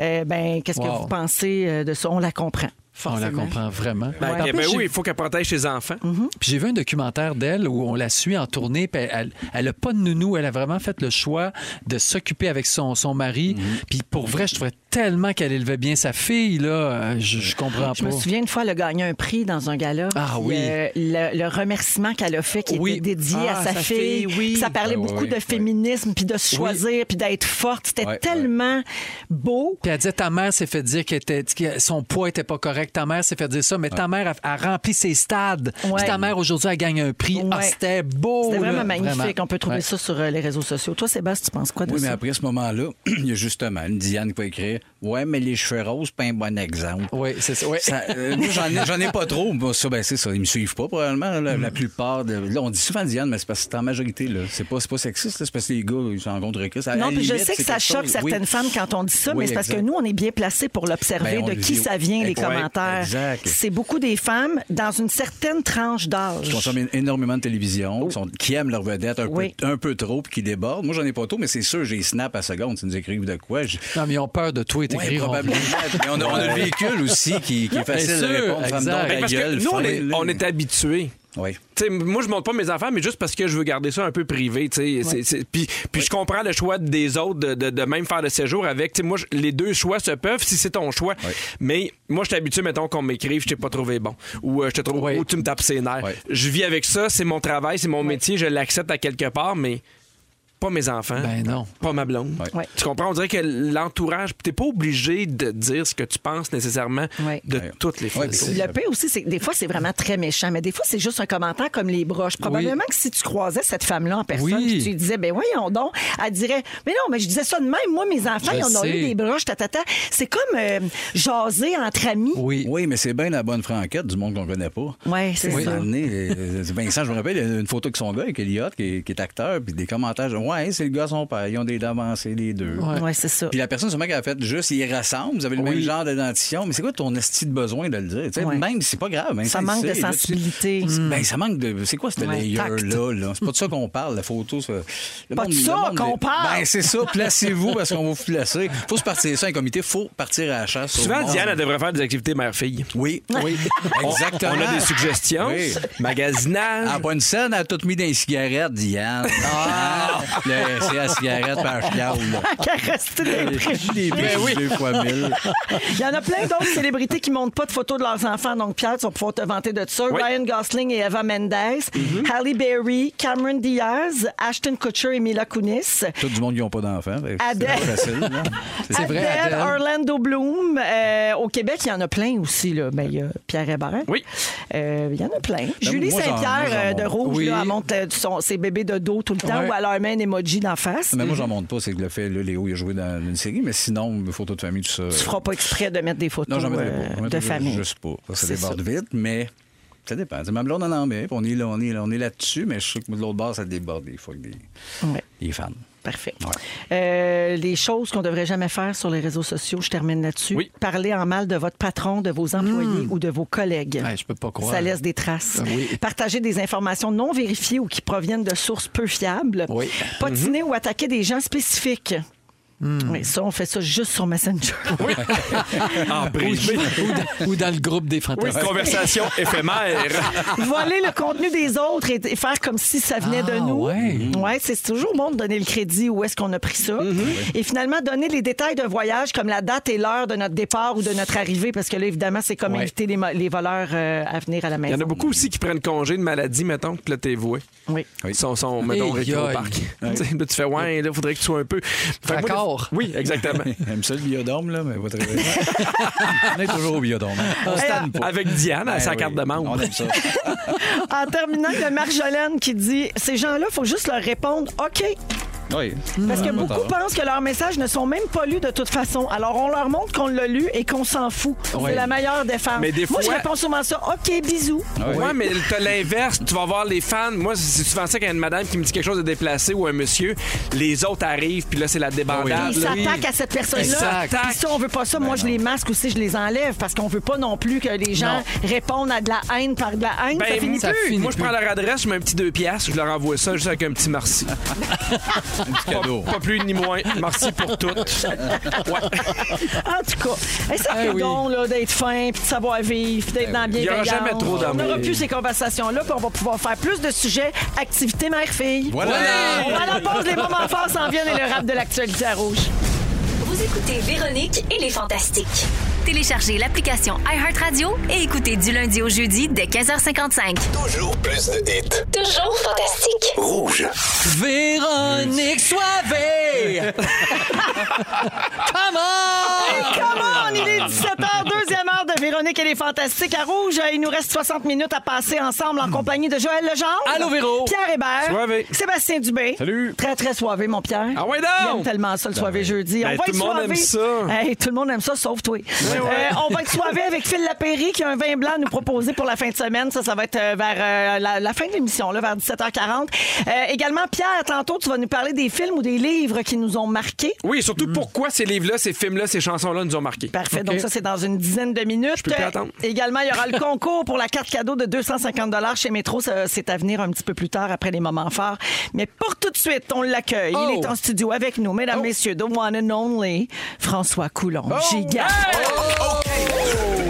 Euh, ben, Qu'est-ce que Wow. vous pensez euh, de ça? On la comprend. On la forcément. comprend vraiment. Puis Ben, en eh plus, ben j'ai- Mm-hmm. oui, il faut qu'elle protège ses enfants. Puis j'ai vu un documentaire d'elle où on la suit en tournée. Puis elle, elle a pas de nounou. Elle a vraiment fait le choix de s'occuper avec son, son mari. Mhm. Puis pour vrai, je trouvais tellement qu'elle élevait bien sa fille. Là, Euh, je, je comprends Je pas. me Oh. souviens une fois, elle a gagné un prix dans un gala. Ah puis, oui. euh, le, le remerciement qu'elle a fait, qui Oui. était dédié Ah, à sa, sa fille. fille, oui. Puis Ça parlait Ah, ouais, beaucoup ouais, de ouais. féminisme, puis de se choisir, puis d'être forte. C'était Ouais, ouais. tellement beau. Puis elle disait, ta mère s'est fait dire qu'elle était- que son poids était pas correct. Ta mère s'est fait dire ça, mais ta mère a, a rempli ses stades. Puis Ouais. ta mère, aujourd'hui, elle gagne un prix. Ah, Ouais. c'était beau. C'était là, vraiment magnifique. vraiment. On peut trouver Ouais. ça sur euh, les réseaux sociaux. Toi, Sébastien, tu penses quoi de Oui, mais ça? après ce moment-là, [clears throat] il y a justement une Diane qui va écrire Ouais, mais les cheveux roses, pas un bon exemple. Oui, c'est ça. Ouais. Ça, euh, moi, j'en ai, j'en ai pas trop. Moi, ça, ben, c'est ça. Ils me suivent pas, probablement. La, Mm. la plupart. De... Là, on dit souvent Diane, mais c'est parce que c'est en majorité. là. C'est pas, c'est pas sexiste. là. C'est parce que les gars, ils se rencontrent avec ça. À Non, la puis je limite, sais que c'est ça quelque choque chose- certaines oui. femmes quand on dit ça, Oui, mais c'est parce que exact. nous, on est bien placés pour l'observer Ben, on de le qui vit. ça vient, les Exact. commentaires. Exact. C'est beaucoup des femmes dans une certaine tranche qui d'âge. consomment é- énormément de télévision, qui, sont- qui aiment leur vedette un, Oh. Oui. peu, un peu trop, puis qui débordent. Moi, j'en ai pas trop, mais c'est sûr, j'ai snap à seconde. Ils nous écrivent de quoi. Je- Non, mais ils ont peur de toi et Ouais, t'écrire. on- [laughs] probablement. Mais on, a, on a le véhicule aussi qui, qui est facile sûr, de répondre. Femme exact. Ben, donc ta Parce gueule, que nous, on est, ferme-le. on est habitués. Oui. Tu sais, moi, je montre pas mes enfants, mais juste parce que je veux garder ça un peu privé. tu sais. C'est- c'est- Puis, puis je comprends le choix des autres de, de- de même faire le séjour avec. Tu sais, moi, je- les deux choix se peuvent si c'est ton choix. Mais moi, je t'habitue, mettons, qu'on m'écrive, je t'ai pas trouvé bon. Ou, euh, je te trouve, Ouais. ou tu me tapes ses nerfs. Ouais. Je vis avec ça, c'est mon travail, c'est mon métier, je l'accepte à quelque part, mais pas mes enfants. Ben non. Pas ma blonde. Ouais. Tu comprends? On dirait que l'entourage, t'es pas obligé de dire ce que tu penses nécessairement Ouais. de Ouais. toutes les Ouais, façons. puis Le pire aussi, c'est que des fois, c'est vraiment très méchant, mais des fois, c'est juste un commentaire comme les broches. Probablement que si tu croisais cette femme-là en personne, Oui. puis tu lui disais, ben voyons donc, elle dirait, mais non, mais je disais ça de même, moi, mes enfants, Je ils en ont sais. eu des broches, tatata. C'est comme euh, jaser entre amis. Oui. Oui, mais c'est bien la bonne franquette du monde qu'on connaît pas. Ouais, c'est Oui. euh, ça. Vincent, je me rappelle, il y a une photo avec son gars, avec Elliot, qui est, qui est acteur, puis des commentaires. genre, Ouais, c'est le gars, son père. Ils ont des dents avancées, les deux. Ouais, c'est ça. [laughs] Puis la personne, sûrement, qui a fait juste, ils ressemblent, vous avez le même genre de dentition, mais c'est quoi ton esti de besoin de le dire? Tu sais, Ouais. Même, c'est pas grave. Même, Ça tu manque sais, de là, tu- sensibilité. Mm. Ben, ça manque de. C'est quoi ce Ouais, layer-là? Là? C'est pas de ça qu'on parle, la photo. ça- le Pas de ça le qu'on parle. Ben, c'est ça, placez-vous parce qu'on va vous placer. Faut se partir ça, un comité, faut partir à la chasse. au Souvent, monde. Diane, elle devrait faire des activités mère-fille. Oui, oui, [laughs] On- exactement. On a des suggestions. Ben- Oui. Magasinage. Ah, pas une scène, elle a tout mis dans les [laughs] cigarettes, Diane. Ah! Le- C'est la cigarette par chiale, là. Qu'à rester dans les préjugés. Des Ben deux fois mille. Il y en a plein d'autres célébrités qui montrent pas de photos de leurs enfants. Donc, Pierre, tu vas pouvoir te vanter de ça. Oui. Ryan Gosling et Eva Mendes, Halle Berry, Cameron Diaz, Ashton Kutcher et Mila Kunis. Tout du monde qui n'a pas d'enfants. fait que C'est Adèle. pas [laughs] facile, là. C'est vrai, Adele, Adele. Orlando Bloom. Euh, au Québec, il y en a plein aussi. Là. Ben, il y a Pierre Hébert. Oui. Euh, il y en a plein. Julie Ben, moi, j'en- moi, j'en Saint-Pierre euh, de montre. Rouge, Oui. là, elle monte euh, son- ses bébés de dos tout le temps Ouais. ou elle leur met un emoji d'en face. Mais moi, j'en montre pas, c'est que le fait, là, Léo, il a joué dans une série, mais sinon, les photos de famille, tout ça. Tu feras pas exprès de mettre des photos Non, j'en mettrais euh, pas. J'en de mettrais famille. Juste pas. Ça, ça C'est déborde vite, mais ça dépend. C'est ma blonde en en met, puis on est là, on est là, on est là-dessus, mais je sais que de l'autre bord, ça déborde des fois avec des, Ouais. des fans. Parfait. Ouais. Euh, les choses qu'on devrait jamais faire sur les réseaux sociaux, je termine là-dessus. Oui. Parler en mal de votre patron, de vos employés ou de vos collègues. Ouais, Hmm. je peux pas croire. Ben Ça laisse des traces. Oui. Partager des informations non vérifiées ou qui proviennent de sources peu fiables. Oui. Mhm. Patiner ou attaquer des gens spécifiques. Hmm. Oui, ça, on fait ça juste sur Messenger. [laughs] En privé. ou, dans, ou dans le groupe des fantastiques. Une Ah, conversation éphémère. Voler le contenu des autres et faire comme si ça venait de Ah, nous. ouais. Ouais, c'est toujours bon de donner le crédit où est-ce qu'on a pris ça. Mm-hmm. Et finalement, donner les détails d'un voyage comme la date et l'heure de notre départ ou de notre arrivée, parce que là, évidemment, c'est comme Ouais. inviter les, mo- les voleurs euh, à venir à la Il y maison. en a beaucoup aussi qui prennent congé de maladie, mettons, que là, t'es voué. Oui. Ils sont, sont, mettons, Aïe, récré au aïe. parc. Tu sais, là, tu fais, ouais, là, faudrait que tu sois un peu. Fait que moi, Raccord. des- Oui, [laughs] exactement. J'aime ça le biodôme, là, mais pas très bien. On est toujours au biodôme. Euh, On se tanne pas. Avec Diane, à Ben sa oui, carte de membre. On [laughs] aime ça. En terminant, il y a Marjolaine qui dit Ces gens-là, faut juste leur répondre OK. Oui. Mmh, Parce Ah. que Pas beaucoup tard. pensent que leurs messages ne sont même pas lus de toute façon. Alors, on leur montre qu'on l'a lu et qu'on s'en fout. C'est Ouais. la meilleure défense. Mais des Moi, je fois- réponds souvent ça OK, bisous. Ah oui. Ouais, mais t'as l'inverse. Tu vas voir les fans. Moi, c'est souvent ça quand il y a une madame qui me dit quelque chose de déplacé ou un monsieur. Les autres arrivent, puis là, c'est Ah la débandade. Ils là. s'attaquent à cette personne-là. Exact. Puis ça, on veut pas ça. Moi, je les masque aussi, je les enlève parce qu'on veut pas non plus que les gens répondent à de la haine par de la haine. ça finit ça plus. finit Moi, je plus. [laughs] prends leur adresse, je mets un petit 2 piastres, je leur envoie ça juste avec un petit merci. petit cadeau. Pas plus ni moins. Merci pour tout. En tout cas, hey, ça fait Eh oui. don là, d'être fin, puis de savoir vivre, puis d'être dans la Il y aura bienveillance. jamais trop On d'amour. n'aura plus ces conversations-là, puis on va pouvoir faire plus de sujets, activités mère-fille. Voilà. On va à la pause, les moments forts s'en viennent et le rap de l'actualité à rouge. Vous écoutez Véronique et les Fantastiques. Téléchargez l'application iHeartRadio et écoutez du lundi au jeudi dès 15h55. Toujours plus de hits. Toujours fantastique. Rouge. Véronique [laughs] Soivé! Comment? Comment on il est 17h, deuxième heure de Véronique et les Fantastiques à Rouge. Il nous reste 60 minutes à passer ensemble en compagnie de Joël Legendre. Allô, Véro. Pierre Hébert. Soivé. Sébastien Dubé. Salut. Très, très soivé, mon Pierre. Ah ouais, donc. Il aime tellement ça, le soivé jeudi. on Ben, va tout être le monde soivé. aime ça. Ben Hey, tout le monde aime ça, sauf toi. Euh, on va être soivé avec Phil Lapéry qui a un vin blanc à nous proposer pour la fin de semaine. Ça, ça va être euh, vers euh, la, la fin de l'émission, là, vers 17h40. Euh, également, Pierre, tantôt, tu vas nous parler des films ou des livres qui nous ont marqués. Oui, surtout pourquoi ces livres-là, ces films-là, ces chansons-là nous ont marqués. Ben- Parfait. Donc, ça, c'est dans une dizaine de minutes. Euh, Je peux plus attendre. Également, il y aura le concours pour la carte cadeau de 250 chez Métro. Ça, C'est à venir un petit peu plus tard après les moments forts. Mais pour tout de suite, on l'accueille. Il Oh. est en studio avec nous, Oh! mesdames, messieurs, the one and only François Coulon. Giga.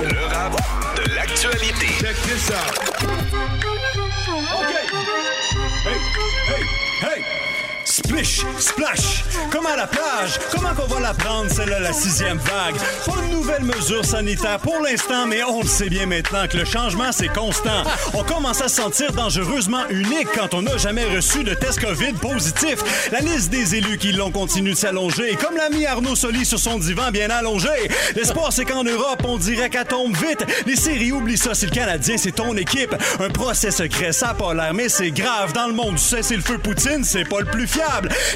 Le rap de l'actualité. Hey! Splish, splash, comme à la plage, comment qu'on va la prendre, celle-là, la sixième vague? Pas de nouvelles mesures sanitaires pour l'instant, mais on le sait bien maintenant que le changement, c'est constant. On commence à se sentir dangereusement unique quand on n'a jamais reçu de test COVID positif. La liste des élus qui l'ont continue de s'allonger, comme l'ami Arnaud Soli sur son divan bien allongé. L'espoir, c'est qu'en Europe, on dirait qu'elle tombe vite. Les séries, oublie ça, si le Canadien, c'est ton équipe. Un procès secret, ça a pas l'air, mais c'est grave. Dans le monde du cessez-le-feu Poutine, c'est pas le plus fiable.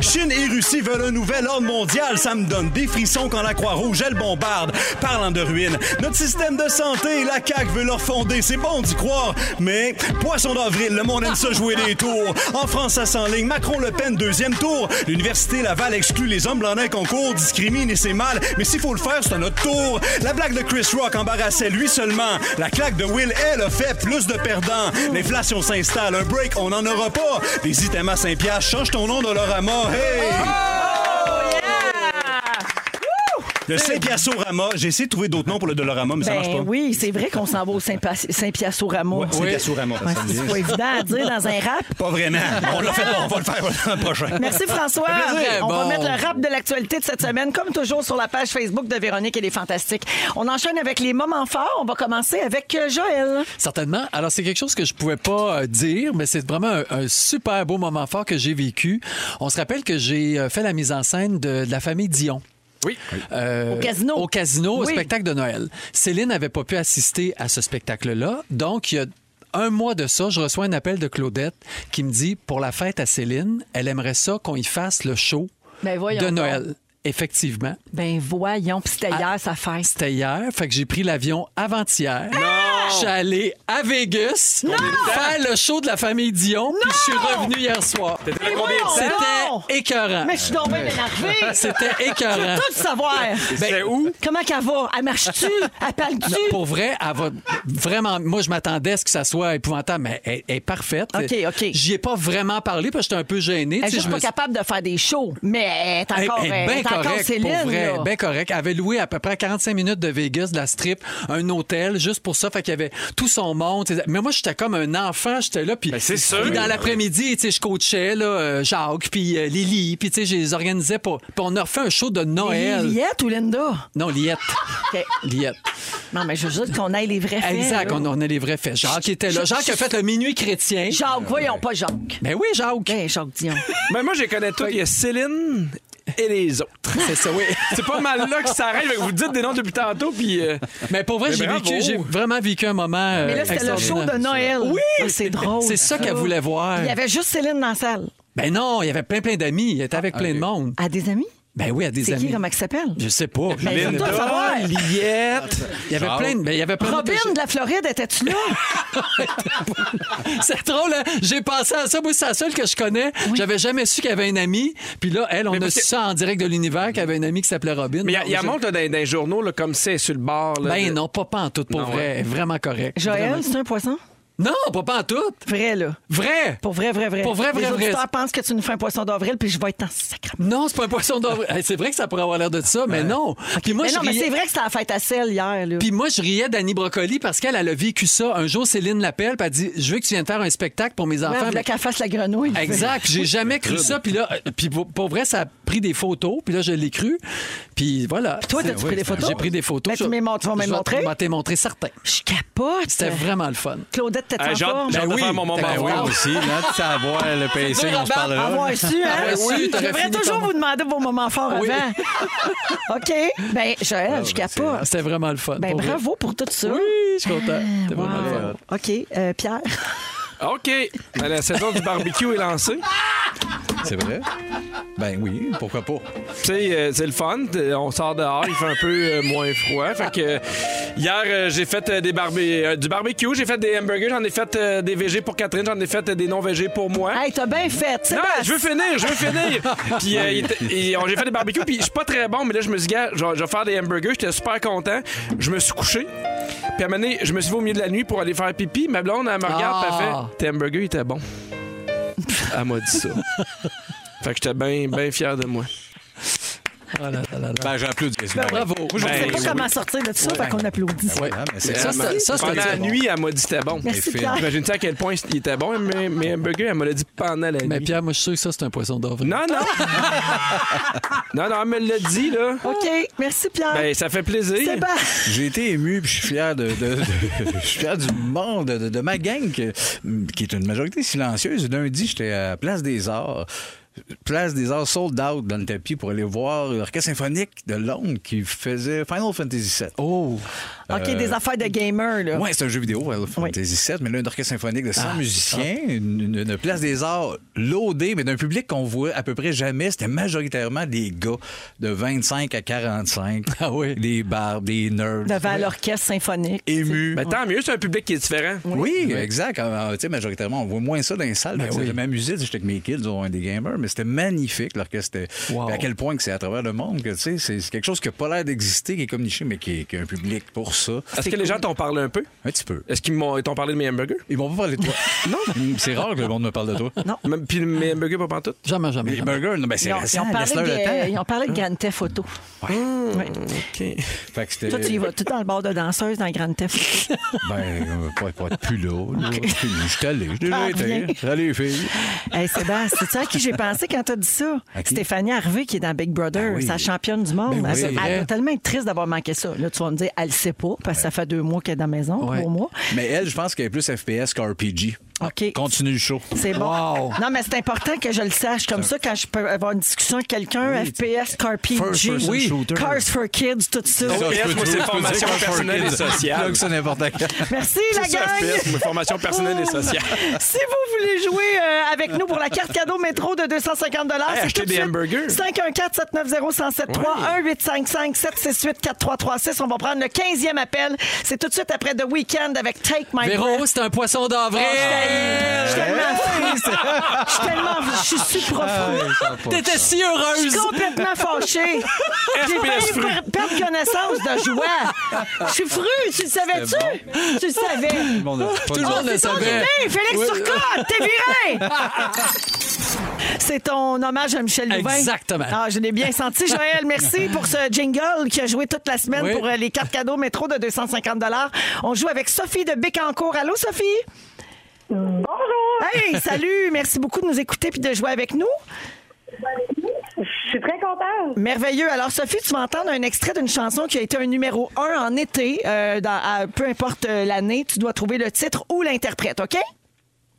Chine et Russie veulent un nouvel ordre mondial. Ça me donne des frissons quand la Croix-Rouge, elle bombarde. Parlant de ruines, notre système de santé, la CAQ veut leur fonder. C'est bon d'y croire, mais poisson d'avril, le monde aime ça jouer des tours. En France, ça s'enligne. Macron-Le Pen, deuxième tour. L'Université Laval exclut les hommes blancs d'un concours, discrimine et c'est mal. Mais s'il faut le faire, c'est à notre tour. La blague de Chris Rock embarrassait lui seulement. La claque de Will, elle, a fait plus de perdants. L'inflation s'installe. Un break, on n'en aura pas. Des items à Saint-Pierre, change ton nom de leur amas. Hey! Le Saint-Piassorama, j'ai essayé de trouver d'autres noms pour le Dolorama, mais ça marche pas. Ben oui, c'est vrai qu'on s'en va au Saint-Piasso-Rameau. Ouais, Saint-Piassorama, ça sonne bien. c'est pas évident à dire dans un rap. Pas vraiment. On l'a fait, on va le faire l'an [laughs] prochain. Merci François. plaisir. On va Bon. mettre le rap de l'actualité de cette semaine, comme toujours sur la page Facebook de Véronique et les Fantastiques. On enchaîne avec les moments forts. On va commencer avec euh, Joël. Certainement. Alors, c'est quelque chose que je pouvais pas euh, dire, mais c'est vraiment un, un super beau moment fort que j'ai vécu. On se rappelle que j'ai euh, fait la mise en scène de, de la famille Dion. Oui. Euh, Au casino. Au casino, au Oui. spectacle de Noël. Céline n'avait pas pu assister à ce spectacle-là. Donc, il y a un mois de ça, je reçois un appel de Claudette qui me dit pour la fête à Céline, elle aimerait ça qu'on y fasse le show Ben voyons de donc. Noël. Effectivement. Ben voyons, puis c'était hier sa fête. C'était hier, fait que j'ai pris l'avion avant-hier. Je suis allé à Vegas faire le show de la famille Dion, puis je suis revenu hier soir. T'étais là combien de temps? Ben Non! C'était écœurant. Mais je suis donc bien énervée. Ah. [laughs] [laughs] C'était écœurant. Ben, Tout savoir. C'était où? Comment qu'elle va? Elle marche-tu? Elle Non, parle-tu? pour vrai, elle va vraiment. Moi, je m'attendais à ce que ça soit épouvantable, mais elle, elle est parfaite. OK, OK. J'y ai pas vraiment parlé parce que j'étais un peu gêné. Elle est tu sais, juste je pas me suis- capable de faire des shows, mais elle est Elle- encore, elle est elle bien est encore correcte, Céline. pour vrai, là. bien correct. Elle avait loué à peu près à 45 minutes de Vegas, de la strip, un hôtel juste pour ça. Fait qu'il y avait tout son monde. tu sais. Mais moi, j'étais comme un enfant, j'étais là. Puis Ben, c'est sûr. puis dans l'après-midi, tu sais, je coachais là, euh, Jacques, puis euh, Lily, puis tu sais, je les organisais pour. Puis on a refait un show de Noël. Liliette ou Linda? Non, Liette. OK. Liette. Non, mais je veux juste qu'on aille les vrais faits. Exact, là. on, on a les vrais faits. Jacques était là. Jacques a fait le minuit chrétien. Jacques, voyons pas Jacques. Ben oui, Jacques. Ben, Jacques Dion. Mais moi, je les connais tous. Il y a Céline et les autres. C'est ça, [laughs] oui. C'est pas mal là que ça arrive. Vous dites des noms depuis tantôt, puis. euh, Mais pour vrai, Mais j'ai bravo. vécu, j'ai vraiment vécu un moment. euh, Mais là, c'était le show de extraordinaire. Noël. Oui! c'est drôle. C'est ça qu'elle voulait voir. Il y avait juste Céline dans la salle. Ben non, il y avait plein, plein d'amis. Il était Ah, avec plein de monde. À des amis? Ben oui, à des C'est amis. qui, comment elle s'appelle? Je sais pas. Ben, Linda, faut-tu le savoir? Liette. Il y avait plein de. ben, il y avait plein de- Robin de la Floride, [laughs] étais-tu là? C'est drôle, hein? J'ai pensé à ça. Moi, c'est la seule que je connais. J'avais jamais su qu'il y avait une amie. Puis là, elle, on a parce su que- ça en direct de l'univers qu'il y avait une amie qui s'appelait Robin. Mais il y a, Non, il y a je- montre là, dans, dans les journaux là, comme c'est sur le bord. Là, Ben de- non, pas, pas en tout, pour Non, hein. vrai. Vraiment correct. Joël, Vraiment. c'est un poisson? Non, pas, pas en tout. Vrai, là. Vrai. Pour vrai, vrai, vrai. Pour vrai, vrai, Les vrai. auditeurs pensent que tu nous fais un poisson d'avril, puis je vais être en sacrament. Non, c'est pas un poisson d'avril. Hey, c'est vrai que ça pourrait avoir l'air de ça, mais non. Puis moi, mais je non, mais riais- c'est vrai que c'était la fête à sel hier, là. Puis moi, je riais d'Annie Brocoli parce qu'elle elle a vécu ça. Un jour, Céline l'appelle, puis elle dit Je veux que tu viennes faire un spectacle pour mes Ouais, enfants. elle voulait qu'elle fasse la grenouille. Exact. J'ai jamais cru ça. Puis là, euh, puis pour, pour vrai, ça a pris des photos. Puis là, je l'ai cru. Puis voilà. Toi, t'as-tu Oui, pris des photos? J'ai pris des photos. Ben, tu m'es mon- tu vas me Je vais- montrer? Je vais te montrer certains. Je capote. C'était vraiment le fun. Claudette, t'es Hey, en j'ai hâte- forme. j'ai hâte de oui. faire mon moment Ben Oui, Wow. fort. aussi. Ah, Là, tu sais, à voir le PC, on se Euh, parle là. Avoir su, hein? Avoir su, Je Ah t'aurais devrais fini toujours ton- vous demander vos moments forts Oui. Ah, avant. [laughs] OK. Ben, Joël, je capote. C'était vraiment le fun. Ben, pour vrai. bravo pour tout ça. Oui, je suis content. C'était Wow. vraiment le fun. OK. euh, Pierre, OK. Ben, la saison du barbecue est lancée. C'est vrai? Ben oui, pourquoi pas? Tu sais, euh, c'est le fun. Euh, On sort dehors, il fait un peu euh, moins froid. Fait que euh, hier, euh, j'ai fait euh, des barbe- euh, du barbecue, j'ai fait des hamburgers, j'en ai fait euh, des VG pour Catherine, j'en ai fait euh, des non-VG pour moi. hey, t'as bien fait. C'est Non, pas- je veux finir, je veux finir. Puis euh, il était- il- on- j'ai fait des barbecues, puis je suis pas très bon, mais là je me suis dit, gars, je vais- je vais faire des hamburgers, j'étais super content. Je me suis couché. Puis à un moment donné, je me suis levé au milieu de la nuit pour aller faire pipi. Ma blonde, elle me regarde, puis elle Ah. fait Tes hamburgers, ils étaient bons. Elle m'a dit ça. fait que j'étais bien bien fier de moi. Oh là là là là. Ben j'applaudis. Ben, Bravo. Je ne sais Ben, pas oui. comment sortir de tout ça, fait qu'on applaudit. Ouais. Ben, Ah, mais c'est- Ça, c'est- ça, c'est pendant la bon. nuit, elle m'a dit c'était bon. Merci, Phil. Pierre. Imagine-tu à quel point il était bon, mes, mes hamburgers, elle me l'a dit pendant la Mais nuit. Pierre, moi, je suis sûr que ça, c'est un poisson d'avril. Non, [laughs] non! non, non, elle me l'a dit, là. OK. Merci, Pierre. Ben, ça fait plaisir. C'est pas... J'ai été ému, puis je suis fier de, de- de- je suis fier du monde, de, de ma gang, que- qui est une majorité silencieuse. Lundi, j'étais à Place des Arts. Place des Arts sold out dans le tapis pour aller voir l'Orchestre symphonique de Londres qui faisait Final Fantasy VII. Oh. OK, des affaires de gamer, là. Oui, c'est un jeu vidéo, euh, Final Fantasy VII, mais là, un orchestre symphonique de 100 Ah, musiciens, une, une- une place des arts loadée, mais d'un public qu'on voit à peu près jamais. C'était majoritairement des gars de 25 à 45. Ah oui. Des barbes, des nerds. Devant l'orchestre symphonique. Émus. Mais Ben, tant mieux, c'est un public qui est différent. Oui, exact. Euh, tu sais, majoritairement, on voit moins ça dans les salles. Ben Fait que ça, oui. Je m'amusais, j'étais avec mes kids, on est des gamers, mais c'était magnifique l'orchestre. était- Wow. À quel point que c'est à travers le monde que tu sais, c'est c'est quelque chose qui n'a pas l'air d'exister, qui est comme niché, mais qui, est- qui a un public pour ça. Ah. Est-ce que les gens t'ont parlé un peu? Un petit peu. Est-ce qu'ils m'ont- ils t'ont parlé de mes hamburgers? Ils m'ont pas parlé de [laughs] toi. non. C'est rare que le monde me parle de toi. Non. Même- Puis mes hamburgers, pas pantoute? Jamais, jamais. Les jamais. burgers, non, ben c'est Ah, Ils ont, ils récent, ont parlé laisse-leur le de, temps. ils ont Ah. parlé de Grand Theft Auto. Oui. Fait que c'était- Toi, tu y vas tout dans le bord de danseuse dans Grand Theft Auto. Ben, euh, pas, pas plus là. là. C'est fini. Je suis allé, j'ai déjà Ah, bien. été. Allez, les filles. hey, Sébastien, c'est ça à qui j'ai pensé quand t'as dit ça? À qui? Stéphanie Harvey, qui est dans Big Brother, Ben oui. sa championne du monde. Ben elle oui. elle vrai. doit tellement être triste d'avoir manqué ça. Là, tu vas me dire, elle le sait pas, parce que ça fait deux mois qu'elle est dans la maison, Ouais. trois mois. Mais elle, je pense qu'elle est plus FPS qu'RPG. OK. Continue le show. C'est bon. Wow. Non, mais c'est important que je le sache. Comme ça, quand je peux avoir une discussion avec quelqu'un, FPS, Car First PG, person shooter. Cars for Kids, tout ça. Donc, je PS, peux moi, te- c'est je peux te formation dire que personnelle et Fortnite, sociale. plug ça n'importe quand. Merci, la C'est ça, gang! PS, moi, formation personnelle [laughs] et sociale. Si vous voulez jouer euh, avec nous pour la carte cadeau métro de 250 Hey, c'est tout achetez de des suite hamburgers. 514 790 1073 1855 768 4336. On va prendre le 15e appel. C'est tout de suite après The Weeknd avec Take My Véro, Breath. c'est un poisson d'avril. Je suis tellement- Je suis tellement. Je suis si Euh, profonde. T'étais si Je suis heureuse. complètement [laughs] fâchée. J'ai FPS failli per- perdre connaissance de joie. Je suis fru, tu le savais-tu? Tu le savais. Tout Tout le le monde le Ah, C'est ton savait. idée, Félix Oui. Turcotte, t'es [laughs] viré! C'est ton hommage à Michel Louvain. Exactement. Ah, je l'ai bien senti, Joël. Merci pour ce jingle qui a joué toute la semaine Oui. pour euh, les cartes cadeaux métro de 250 On joue avec Sophie de Bécancourt. Allô, Sophie? Bonjour! Hey, salut! Merci beaucoup de nous écouter puis de jouer avec nous. Je suis très contente. Merveilleux. Alors, Sophie, tu vas entendre un extrait d'une chanson qui a été un numéro 1 en été, euh, dans- à- peu importe euh, l'année. Tu dois trouver le titre ou l'interprète, OK?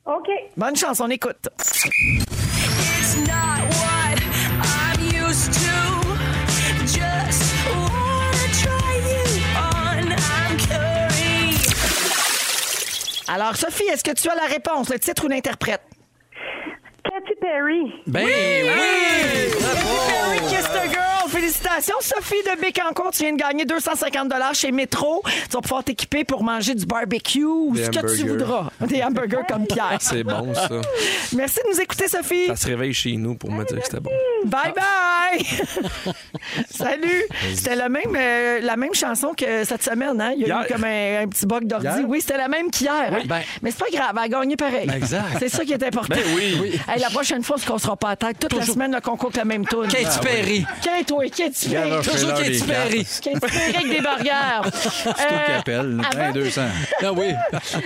OK. Bonne chance, on écoute. It's not what I'm used to. Just wanna try you on. I'm curious. Alors, Sophie, est-ce que tu as la réponse, le titre ou l'interprète? Katy Perry. Ben oui. Oh! Katy Perry, Kiss the Girl. Félicitations, Sophie de Bécancourt. Tu viens de gagner 250 chez Métro. Tu vas pouvoir t'équiper pour manger du barbecue ou Des ce que tu hamburgers. voudras. Des hamburgers comme Pierre. C'est bon, ça. Merci de nous écouter, Sophie. Ça se réveille chez nous pour me dire que c'était bon. Bye bye! [laughs] Salut! C'était le même, euh, la même chanson que cette semaine, hein? Il y a Hier. eu comme un, un petit bug d'ordi. Hier? Oui, c'était la même qu'hier. Oui. hein? Ben. Mais c'est pas grave, elle a gagné pareil. Ben, exact. C'est ça qui est important. Ben oui. Oui. Hey, la prochaine fois, on se cassera pas la tête. Toute la semaine, le concours avec la même tune. Katy Ah, Perry. oui. Kate, oui, Katy Perry. Garage Toujours Taylor Katy des Perry. cartes. Katy Perry avec des [laughs] barrières. Euh, C'est toi qui appelles. là. Ben, 200. Ah oui.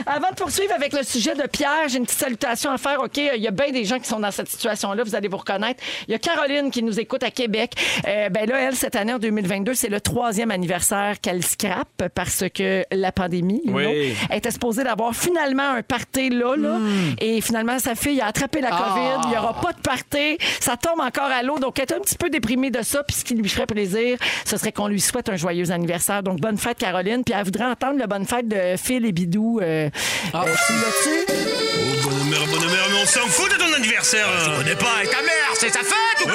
Avant de poursuivre avec le sujet de Pierre, j'ai une petite salutation à faire. OK, il y a bien des gens qui sont dans cette situation-là, vous allez vous reconnaître. Il y a Caroline qui nous écoute à Québec. Euh, ben là, elle, cette année, en 2022, c'est le troisième anniversaire qu'elle scrappe parce que la pandémie, you Oui. know, elle était supposée d'avoir finalement un party là, là. Hmm. Et finalement, sa fille a attrapé la Ah. COVID. Il n'y aura pas de party. Ça tombe encore à l'eau. Donc, elle est un petit peu déprimée de ça. Puis, ce qui lui ferait plaisir, ce serait qu'on lui souhaite un joyeux anniversaire. Donc, bonne fête, Caroline. Puis, elle voudrait entendre le bonne fête de Phil et Bidou. euh, Ah. euh, tu l'as-tu? Bonne mère, bonne mère, mais on s'en fout de ton anniversaire. Ah, Je connais pas. Ta mère, c'est sa fête ou quoi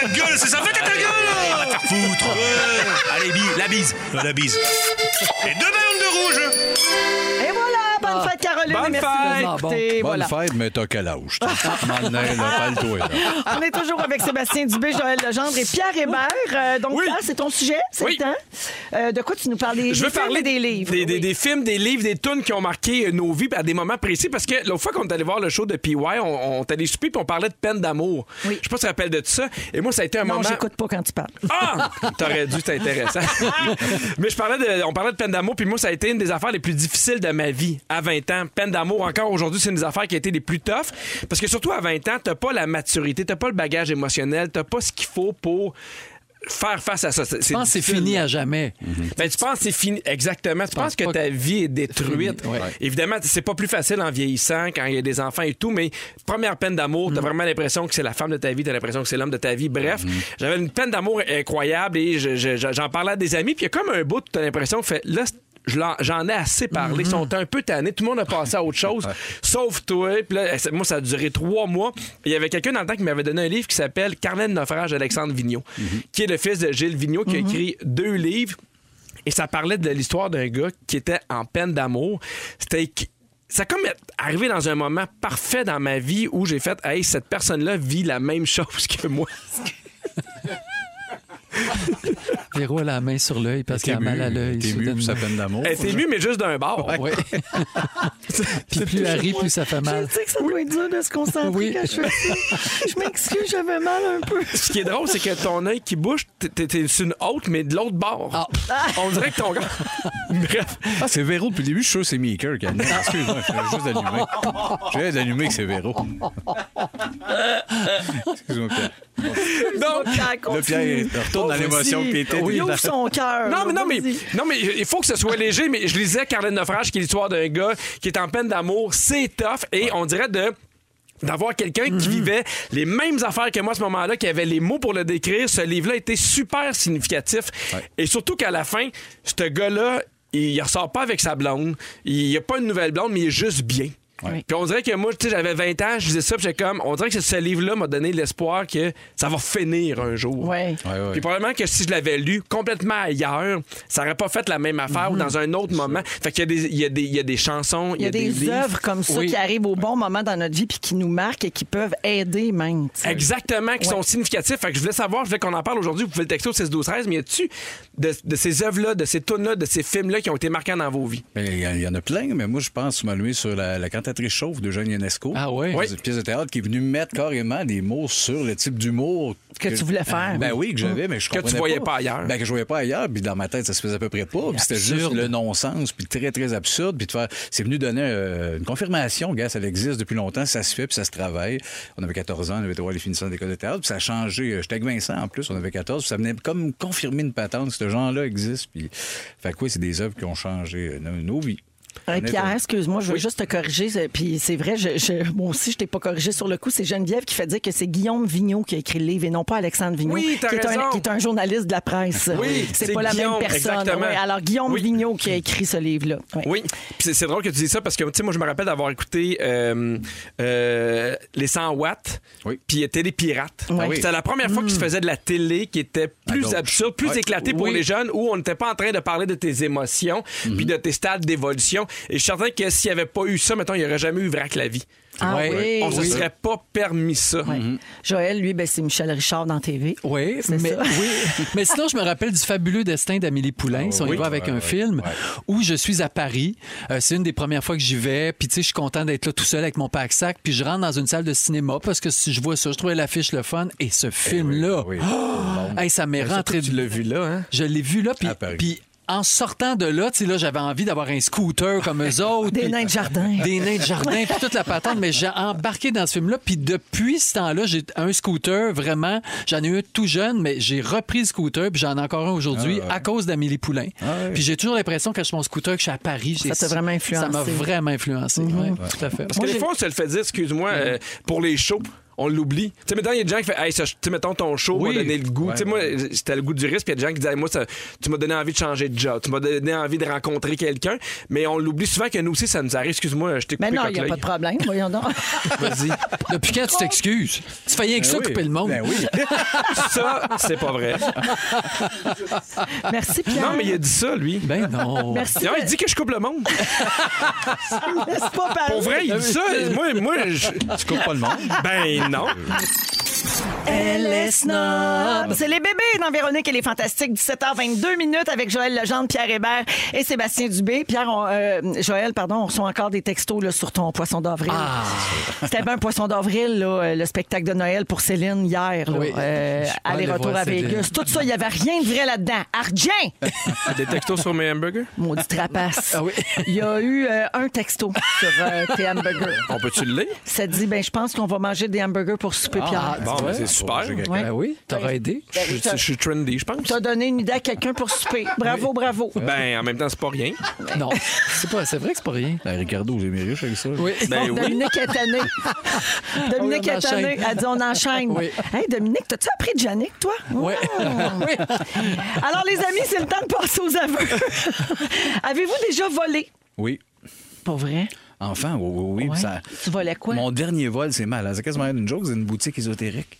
Ta gueule, c'est sa fête à ta gueule Va te faire foutre. Allez, bi- la bise. La bise. Et deux ballons de rouge. Et voilà, bonne fête, Caroline. Ah. Bonne et merci de nous fête. écouter. Bonne Voilà. fête, mais t'as quel âge? toi? Maintenant, là, parle-toi, là. On est toujours avec Sébastien Dubé, Joël Legendre et Pierre Hébert. Euh, donc, Pierre, c'est ton sujet, c'est Oui. le temps. Euh, de quoi tu nous parles? Des, Je veux des films parler et des livres. Des, des- Oui. des films, des livres, des tunes qui ont marqué euh, nos vies à des moments précis. Parce que l'autre fois qu'on est allé voir le show de PY, on, on est allé souper puis on parlait de peine d'amour. Oui. Je sais pas si tu te rappelles de tout ça. Et moi, ça a été un Non, moment. j'écoute pas quand tu parles. Ah! T'aurais dû, c'est [laughs] intéressant. Mais je parlais de, on parlait de peine d'amour, puis moi, ça a été une des affaires les plus difficiles de ma vie à 20 ans. Peine d'amour, encore aujourd'hui, c'est une des affaires qui a été les plus tough. Parce que surtout à 20 ans, t'as pas la maturité, t'as pas le bagage émotionnel, t'as pas ce qu'il faut pour faire face à ça. Je pense que c'est fini à jamais. Ben, tu penses que c'est fini. Exactement. Tu penses que ta vie est détruite. Fini, ouais. Évidemment, c'est pas plus facile en vieillissant, quand il y a des enfants et tout, mais première peine d'amour, t'as vraiment l'impression que c'est la femme de ta vie, t'as l'impression que c'est l'homme de ta vie. Bref, j'avais une peine d'amour incroyable et je- je- je- j'en parlais à des amis, puis il y a comme un bout, t'as l'impression que fait, là, je l'en- J'en ai assez parlé. Ils sont un peu tannés. Tout le monde a passé à autre chose, sauf toi. Puis là, moi, ça a duré trois mois. Il y avait quelqu'un dans le temps qui m'avait donné un livre qui s'appelle Carnet de naufrage d'Alexandre Vigneault, qui est le fils de Gilles Vigneault, qui a écrit deux livres. Et ça parlait de l'histoire d'un gars qui était en peine d'amour. C'était équ- ça a comme être arrivé dans un moment parfait dans ma vie où j'ai fait Hey, cette personne-là vit la même [laughs] chose que moi. Véro a la main sur l'œil parce Ah, T'es qu'il a mal à l'œil. T'es mu pour sa soudainement. peine d'amour. Elle était émue, mais juste d'un bord. Oh, [laughs] Ouais. Puis plus elle rit, plus ça fait Je mal. sais que ça doit être dur de se concentrer Oui. quand je fais ça. Je m'excuse, j'avais mal un peu. Ce qui est drôle, c'est que ton œil qui bouge, t'es- t'es t'es sur une haute, mais de l'autre bord. Ah. On dirait que ton [laughs] gars. Bref. Ah, c'est Véro depuis le début. Je suis sûr que c'est Meeker qui a allumé. Excuse-moi, je viens juste d'allumer. Je viens d'allumer que c'est Véro. [laughs] Excuse-moi, Pierre. Donc, Là, Pierre retourne dans l'émotion qui était. Il ouvre son cœur. Non, mais non, mais, Vas-y. non, mais il faut que ce soit léger. Mais je lisais Carlène Naufrage, qui est l'histoire d'un gars qui est en peine d'amour. C'est tough. Et on dirait de d'avoir quelqu'un qui Mhm. vivait les mêmes affaires que moi à ce moment-là, qui avait les mots pour le décrire. Ce livre-là était super significatif. Et surtout qu'à la fin, ce gars-là, il ressort pas avec sa blonde. Il n'y a pas une nouvelle blonde, mais il est juste bien. Ouais. Puis on dirait que moi, tu sais, j'avais 20 ans, je disais ça, puis j'étais comme, on dirait que ce livre-là m'a donné l'espoir que ça va finir un jour. Ouais. Ouais, ouais. Puis probablement que si je l'avais lu complètement ailleurs, ça aurait pas fait la même affaire ou dans un autre moment. Fait qu'il y a des, il y a des, il y a des chansons, Mhm. Il y a des, livres. œuvres comme ça Oui. qui arrivent au bon moment dans notre vie puis qui nous marquent et qui peuvent aider même. tu sais. Exactement, qui Ouais. sont significatifs. Fait que je voulais savoir, je voulais qu'on en parle aujourd'hui. Vous pouvez le texter au 16 12 13 mais y a-tu de, de ces œuvres-là, de ces tunes-là, de ces films-là qui ont été marquants dans vos vies? Mais Il y, en- il y en a plein, mais moi, je pense que m'allumer sur la, la cantatrice chauve de Jeanne Ionesco. Ah ouais? C'est une pièce de théâtre qui est venue mettre carrément des mots sur le type d'humour Que tu voulais faire. Ben oui, que j'avais, mais je Que tu comprenais voyais pas ailleurs. Ben, que je voyais pas ailleurs, puis dans ma tête, ça se faisait à peu près pas. Puis c'était Absurde. juste le non-sens, puis très, très absurde. Puis de faire. C'est venu donner euh, une confirmation, gars, ça existe depuis longtemps, ça se fait, puis ça se travaille. On avait 14 ans, on avait droit les finissants d'école de théâtre, puis ça a changé. Euh, J'étais avec Vincent en plus, on avait 14, puis ça venait comme confirmer une patente, ce genre-là existe. Puis. Fait quoi, c'est des œuvres qui ont changé euh, nos, nos vies. Hey, Pierre, Honnêtement. excuse-moi, je veux juste te corriger. c'est- Puis c'est vrai, je, je- moi aussi, je t'ai pas corrigé sur le coup. C'est Geneviève qui fait dire que c'est Guillaume Vigneault qui a écrit le livre et non pas Alexandre Vigneault, Oui, t'as qui, est raison. un, qui est un journaliste de la presse. Oui, c'est c'est pas la Guillaume, même personne. exactement. Ouais, alors, Guillaume Oui. Vigneault qui a écrit ce livre-là. Ouais. Oui, Puis c'est c'est drôle que tu dises ça parce que tu sais, moi je me rappelle d'avoir écouté euh, euh, les 100 watts, Oui. puis Télépirate. Ouais. Ah oui. C'était la première fois qu'il se faisait de la télé qui était plus gauche. absurde, plus Ouais. éclatée pour Oui. les jeunes, où on n'était pas en train de parler de tes émotions puis de tes stades d'évolution. Et je suis certain que s'il n'y avait pas eu ça, mettons, il n'y aurait jamais eu Vrac la vie. Ah Ouais. oui, On Mm-hmm. se oui. serait pas permis ça. Joël, lui, ben, c'est Michel Richard dans TV. Oui, C'est mais, ça. oui, mais sinon, je me rappelle du fabuleux destin d'Amélie Poulain, si on y oui. va avec Ouais, un ouais, film, où je suis à Paris. Euh, c'est une des premières fois que j'y vais. Puis, tu sais, je suis content d'être là tout seul avec mon pack-sac. Puis, je rentre dans une salle de cinéma parce que si je vois ça, je trouvais l'affiche le fun. Et ce film-là, oh! Hey, ça m'est rentré. Tu l'as vu là, hein? Je l'ai vu là. Puis, puis en sortant de là, tu sais, là, j'avais envie d'avoir un scooter comme [laughs] eux autres. Des puis- nains de jardin. Des nains de jardin, puis toute la patente. Mais j'ai embarqué dans ce film-là. Puis depuis ce temps-là, j'ai un scooter, vraiment. J'en ai eu un tout jeune, mais j'ai repris le scooter, puis j'en ai encore un aujourd'hui Ah ouais. à cause d'Amélie Poulain. Puis j'ai toujours l'impression, quand je suis mon scooter, que je suis à Paris. j'ai- Ça t'a Ça vraiment m'a influencé. Mhm. vraiment influencé. Ouais, tout à fait. Parce que des fois, on se le fait dire, excuse-moi, euh, pour les shows. On l'oublie. Tu sais, mettons, il y a des gens qui font, hey, ça, tu sais, mettons, ton show Oui. m'a donné le goût. Ouais. Tu sais, moi, c'était le goût du risque. Puis il y a des gens qui disaient, moi, ça, tu m'as donné envie de changer de job. Tu m'as donné envie de rencontrer quelqu'un. Mais on l'oublie souvent que nous aussi, ça nous arrive. Excuse-moi, je t'ai coupé. Mais non, il n'y a pas de problème, voyons donc. Vas-y. Depuis quand tu t'excuses? Tu fais rien que Ben ça oui. couper le monde. Ben oui. Ça, c'est pas [laughs] vrai. Merci, Pierre. Non, mais il a dit ça, lui. Ben non. Merci. Non, [laughs] il dit que je coupe le monde. C'est pas pareil. Pour vrai, il dit [laughs] ça. Moi, moi je... Tu coupes pas le monde? Ben non. Elle est snob. C'est les bébés dans Véronique et les Fantastiques, 17h22 minutes avec Joël Legendre, Pierre Hébert et Sébastien Dubé. Pierre, on- euh, Joël, pardon, on reçoit encore des textos là, sur ton poisson d'avril. Ah. C'était bien un poisson d'avril, là, euh, le spectacle de Noël pour Céline hier. là. Oui. Euh, Je suis pas allé Aller-retour voir à Céline. Vegas. Tout ça, il n'y avait rien de vrai là-dedans. [laughs] Argent! Des textos sur mes hamburgers? Maudit trapace. Ah oui. Il y a eu euh, un texto sur euh, tes hamburgers. On peut-tu le lire? Ça dit, ben, je pense qu'on va manger des hamburgers pour souper, Ah, Pierre. bon, ben, c'est super. Ouais. Ben oui, t'auras aidé. Je, je- je suis trendy, je pense. T'as donné une idée à quelqu'un pour souper. Bravo, bravo. Ben, en même temps, c'est pas rien. Ben Non, c'est pas, c'est vrai que c'est pas rien. Ben, Ricardo, j'ai mes riches avec ça. Oui. Ben oui. Dominique est tannée. Dominique Oui, on est tannée. enchaîne. Elle dit on enchaîne. Oui. Hey, Dominique, t'as-tu appris de Yannick, toi? Oui. Mmh. Oui. Alors, les amis, c'est le temps de passer aux aveux. Avez-vous déjà volé? Oui. Pas vrai? Enfin, oui, oui, oui. Ouais. ça- Tu volais quoi? Mon dernier vol, c'est mal. hein. C'est quasiment une joke, c'est une boutique [laughs] ésotérique.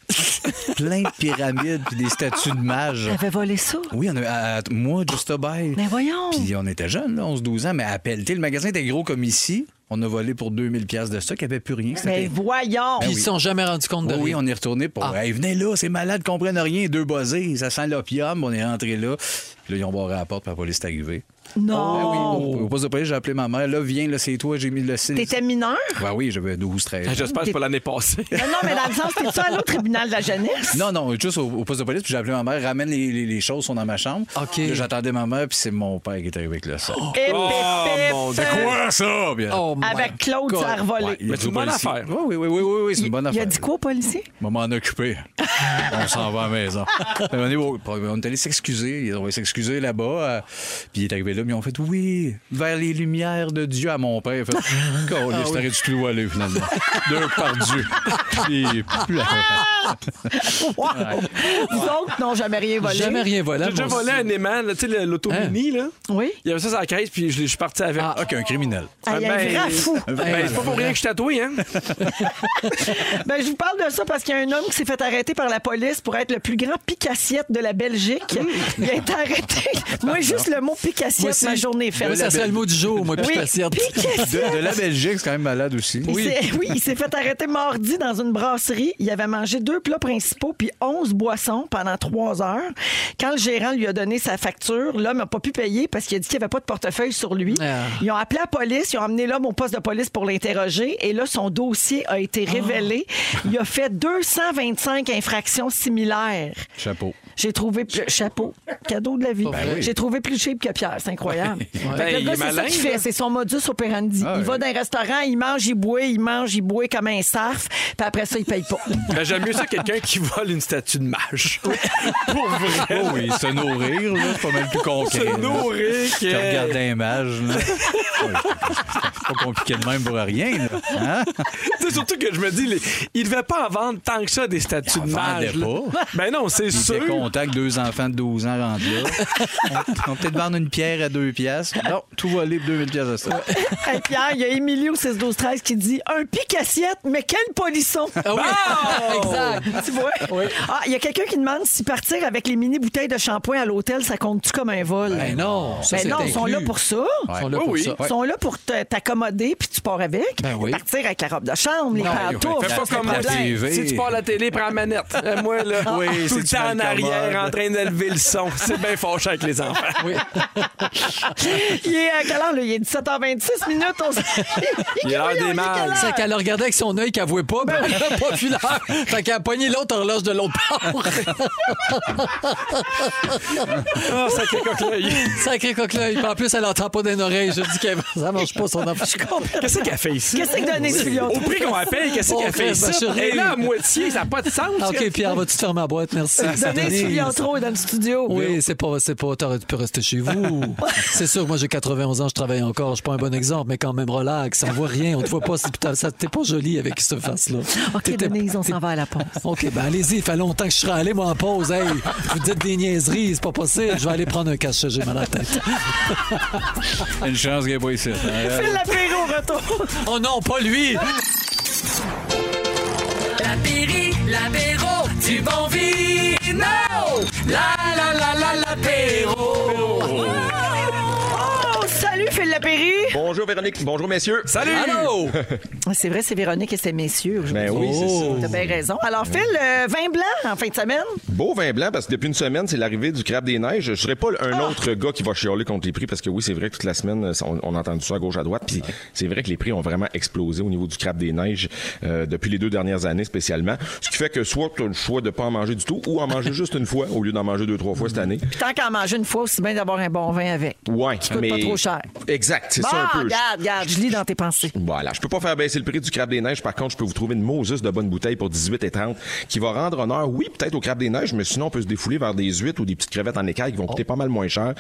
Plein de pyramides puis des statues de mages. T'avais volé ça? Oui, on a, à- à- moi, Just a Buy. Mais voyons! Puis on était jeunes, là, 11-12 ans, mais à Pelleté, le magasin était gros comme ici. On a volé pour 2000 pièces de stock, il n'y avait plus rien. Mais C'était- voyons! Puis ils se sont jamais rendus compte de Oui, oui, rien. on est retourné pour. Ah. Hey, venez là, c'est malade, comprennent rien, deux buzzés, ça sent l'opium, on est rentré là. Puis là, ils ont barré la porte, puis la police est arrivée. Oh. Ah Non! Au, au poste de police, j'ai appelé ma mère, là, viens, là, c'est toi, j'ai mis le signe. T'étais mineur? Ouais, oui, j'avais 12, 13. ans. Ben, J'espère que c'est pas [laughs] l'année passée. Non, non, mais dans le sens, t'es-tu allé au tribunal de la jeunesse? Non, non, juste au, au poste de police, puis j'ai appelé ma mère, ramène les, les- les choses, sont dans ma chambre. OK. Là, J'attendais ma mère, puis c'est mon père qui est arrivé avec le sac. Et Oh, pip, mon pip. Dieu. Quoi, ça? Bien. Oh, my Avec Claude, God. ça a revolé. Ouais, il Mais a dit c'est une au bonne policier. affaire. Ouais, Oui, oui, oui, oui, oui, c'est une bonne Il affaire. a dit quoi au policier? On va m'en occuper. On s'en va à [laughs] la maison. on est, on est allé s'excuser. Ils ont s'excuser là-bas. euh, Puis il est arrivé là, mais on fait oui, vers les lumières de Dieu à mon [laughs] père. Il a fait Colin, Ah je t'aurais dû te le aller finalement. Deux [laughs] par Dieu. Puis, plus la- Wow! Vous autres n'ont jamais rien volé. Jamais rien volé. J'ai déjà mon volé Dieu. un aimant, là, tu sais, le- l'automini, Hein? là. Oui? Il y avait ça sur la caisse, puis je l'ai- je suis parti avec. Ah. OK, un criminel. Ah, il y a un vrai fou. Ben, c'est pas pour rien que je suis tatoué, hein? Ben, je vous parle de ça parce qu'il y a un homme qui s'est fait arrêter par la police pour être le plus grand picassiette de la Belgique. Il a été arrêté. Moi, juste le mot picassiette, Voici- ma journée est Là, faite. ça serait le mot du jour, moi, Oui, puis patiente. picassiette. De, de la Belgique, c'est quand même malade aussi. Il s'est- [laughs] oui, il s'est fait arrêter mardi dans une brasserie. Il avait mangé deux plats principaux puis 11 boissons pendant trois heures. Quand le gérant lui a donné sa facture, l'homme n'a pas pu payer parce qu'il a dit qu'il n'y avait pas de portefeuille sur lui. Ah. Ils ont appelé la police, ils ont amené l'homme au poste de police pour l'interroger et là, son dossier a été révélé. Il a fait 225 infractions similaires. Chapeau. J'ai trouvé plus... chapeau, cadeau de la vie. Ben oui. J'ai trouvé plus cheap que Pierre, c'est incroyable. Fait que Ben, le il gars, est c'est ça malin, qu'il fait, là. c'est son modus operandi. il va dans un restaurant, il mange, il boit, il mange, il boit comme un sarf, puis après ça, il paye pas. Ben, j'aime mieux ça que quelqu'un qui vole une statue de mage. [laughs] pour vrai. Oh oui, se nourrir, là, c'est pas mal plus concret. là. Se nourrir que- Tu regardes un mage, là. Ouais, c'est pas compliqué de même pour rien, là. Hein? C'est surtout que je me dis, les- il devait pas en vendre tant que ça des statues Il en de mage. vendait là. pas. Ben non, c'est Il était sûr. content que deux enfants de 12 ans rentrent là. On, on peut peut-être vendre une pierre à deux piastres. Non, tout va aller pour 2000 piastres à ça. Hey, Pierre, il y a Émilie au 6 12 13 qui dit un pic assiette, mais quel polisson. [laughs] Ah oui. Exact. Tu vois? Ah, il y a quelqu'un qui demande si partir avec les mini bouteilles de shampoing à l'hôtel, ça compte-tu comme un vol Ben non, ça, Ben c'est non, ils sont inclus. là pour ça. Ils sont là Oui, pour oui. ça. Ils sont là pour te- t'accommoder puis tu pars avec. Ben oui. Partir avec la robe de chambre, les Non, pantoufles. Fais pas c'est comme le moi. problème. Si tu pars à la télé, prends la manette. Euh, Moi, là, [laughs] Oui, tout le c'est-tu temps en mal commode? arrière, en train d'élever le son. C'est bien fâché avec les enfants. Il est à quelle heure, là? Il est 17h26 minutes. [laughs] On... s- Il a l'air des mâles. C'est qu'elle le regardait avec son œil qu'elle voyait pas, ben, elle l'a pas vu l'heure. Fait qu'elle a pogné l'autre horloge de l'autre [laughs] Ah, Ah. part. sacré coquelin. Sacré coquelin. Puis En plus, elle entend pas d'une oreille. Je dis qu'elle ça marche pas son enfant. Qu'est-ce qu'elle fait ici? Qu'est-ce que Denise Oui. Fillion Au prix qu'on appelle, qu'est-ce Mon qu'elle fait frère, ma ici? chérie. Et là, à moitié, ça n'a pas de sens. OK, Pierre, vas-tu fermer la boîte? Merci. Denise Denise. Filiantro est dans le studio. Oui, c'est pas, c'est pas, t'aurais pu rester chez vous. c'est sûr, moi j'ai 91 ans, je travaille encore, je suis pas un bon exemple, mais quand même relax, on voit rien, on te voit pas, c'est- putain, ça- t'es pas jolie avec ce face-là. OK, ben, T'étais- Denise, on s'en va à la pause. OK, ben allez-y, il fait longtemps que je serais allé, moi, en pause. Hey, vous dites des niaiseries, c'est pas possible. Je vais aller prendre un cachet, j'ai mal à la tête. Une chance qu'il n'est pas ici. [laughs] Euh, Phil Lapéro, retour. Oh non, pas lui! La Pairie, l'apéro du bon vino. La la la la l'apéro. Oh, salut, Phil Lapéry. Bonjour Véronique, bonjour messieurs. Salut! Allô! C'est vrai, c'est Véronique et c'est messieurs aujourd'hui. Ben oui, c'est ça. T'as Oh. bien raison. Alors, Phil, euh, vin blanc en fin de semaine. Beau vin blanc parce que depuis une semaine, c'est l'arrivée du crabe des neiges. Je serais pas un Ah. autre gars qui va chialer contre les prix parce que oui, c'est vrai que toute la semaine, ça, on, on a entendu ça à gauche à droite. Puis c'est vrai que les prix ont vraiment explosé au niveau du crabe des neiges euh, depuis les deux dernières années spécialement. Ce qui fait que soit tu as le choix de pas en manger du tout ou en manger juste une fois au lieu d'en manger deux, trois fois cette année. Puis tant qu'à en manger une fois, aussi bien d'avoir un bon vin avec. Ouais, coûte mais pas trop cher. Exact, c'est Bon, ça un peu. regarde, regarde, je lis dans tes pensées. Voilà, je peux pas faire baisser le prix du crabe des neiges. Par contre, je peux vous trouver une Moses de bonne bouteille pour 18 et 30 qui va rendre honneur, oui, peut-être au crabe des neiges, mais sinon on peut se défouler vers des huîtres ou des petites crevettes en écailles qui Oh. vont coûter pas mal moins cher.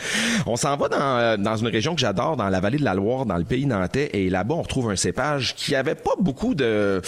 On s'en va dans, euh, dans une région que j'adore, dans la vallée de la Loire, dans le pays nantais, et là-bas on retrouve un cépage qui avait pas beaucoup de,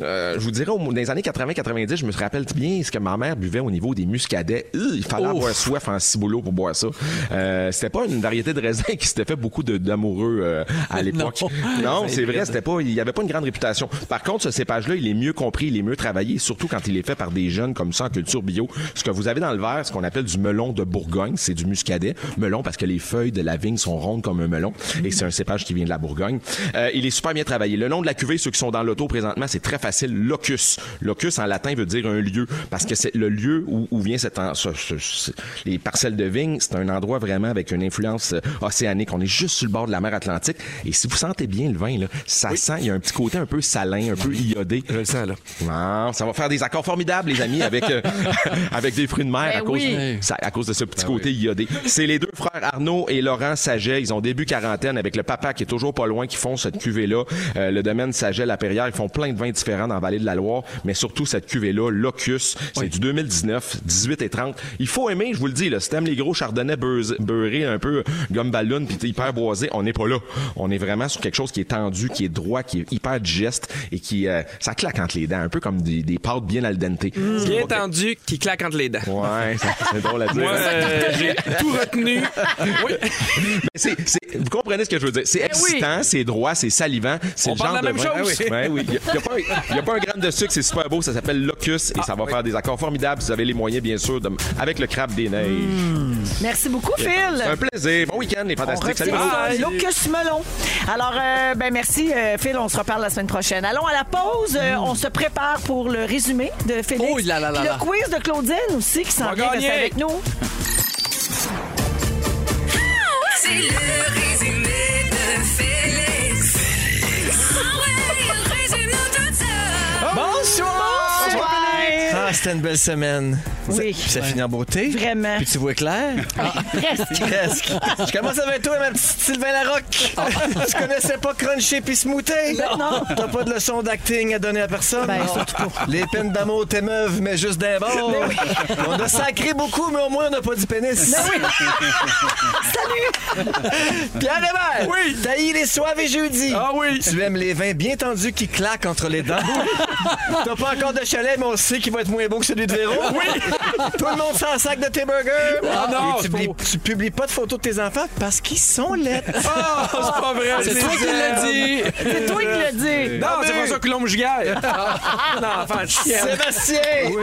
euh, je vous dirais, au- dans les années 80-90, je me rappelle bien ce que ma mère buvait au niveau des muscadets. Euh, il fallait Ouf. avoir soif en ciboulot pour boire ça. Euh, c'était pas une variété de raisin [laughs] qui s'était fait beaucoup de- d'amoureux euh, [laughs] à l'époque. Non, c'est vrai, c'était pas, il n'y avait pas une grande réputation. Par contre, ce cépage-là, il est mieux compris, il est mieux travaillé, surtout quand il est fait par des jeunes comme ça en culture bio. Ce que vous avez dans le verre, ce qu'on appelle du melon de Bourgogne, c'est du muscadet. Melon parce que les feuilles de la vigne sont rondes comme un melon et c'est un cépage qui vient de la Bourgogne. Euh, il est super bien travaillé. Le nom de la cuvée, ceux qui sont dans l'auto présentement, c'est très facile. Locus. Locus en latin veut dire un lieu parce que c'est le lieu où, où vient cette, en- ce- ce- ce- les parcelles de vigne. C'est un endroit vraiment avec une influence euh, océanique. On est juste sur le bord de la mer Atlantique. Et si vous sentez bien le vin, là, ça sent, il y a un petit côté un peu salin, un peu iodé. Je le sens, là. ça va faire des accords formidables, les amis, avec, euh, [laughs] avec des fruits de mer Ben à, cause, oui. ça- à cause de ce petit côté iodé. C'est les deux frères Arnaud et Laurent Saget. Ils ont début quarantaine avec le papa qui est toujours pas loin, qui font cette cuvée-là. Euh, le domaine Saget, la Perrière, ils font plein de vins différents dans la vallée de la Loire, mais surtout cette cuvée-là, Locus, c'est du 2019, 18 et 30. Il faut aimer, je vous le dis, là, si t'aimes les gros chardonnays beuse- beurrés, un peu gomme ballon, puis t'es hyper boisé, on n'est pas là. On est vraiment sur quelque chose qui est tendu, qui est droit, qui est hyper digeste et qui, euh, ça claque entre les dents, un peu comme des, des pâtes bien al dente. C'est Bien pas que- tendu, qui claque entre les dents. Ouais, [laughs] c'est drôle à dire. Moi, euh, j'ai tout retenu. Mais c'est- c'est- vous comprenez ce que je veux dire. C'est excitant, c'est droit, c'est salivant. C'est On le genre parle de la de même vin- chose. Ouais, oui. Il n'y a, pas un gramme de sucre, c'est super beau. Ça s'appelle Locus et ça va faire des accords formidables. Vous avez les moyens, bien sûr, de- avec le crabe des neiges. Merci beaucoup, Phil. C'est un plaisir. Bon week-end, les On fantastiques. retire ça, Locus melon. Alors, euh, ben merci, euh, Phil. On se reparle la semaine prochaine. Allons à la pause. Euh, on se prépare pour le résumé de Félix. Oh Mm. là là là Puis là. le quiz de Claudine aussi qui s'en va vient. Reste gagner. avec nous. C'est le résumé de Félix. Ah ouais, il résume nous tout ça. Bonsoir. Ah, c'était une belle semaine. Oui. Ça, ça finit en beauté. Vraiment. Puis tu vois clair. Presque. Presque. Je commence avec toi, ma petite Sylvain Larocque. tu connaissais pas Crunchy puis Smoothie? Non. T'as pas de leçon d'acting à donner à personne? Ben, surtout pas. Les peines d'amour t'émeuvent, mais juste d'un bord. Mais oui. On a sacré beaucoup, mais au moins, on n'a pas dit pénis. Salut. Pierre Hébert! Oui! Taillis les soirs et jeudis! Ah oui! Tu aimes les vins bien tendus qui claquent entre les dents? T'as pas encore de chalet, mais on sais qu'il va être moins beau que celui de Véro. Oui. Tout le monde s'en sac de tes burgers. Ah non, Et tu, c'est publies, tu publies pas de photos de tes enfants parce qu'ils sont laids. [laughs] Ah, c'est pas vrai, ben. C'est je toi les qui l'as dit. aime. C'est toi qui l'as dit. Non, Ah, c'est mais- François Coulombe-Giguère. Non, enfin, chienne. Sébastien! Oui.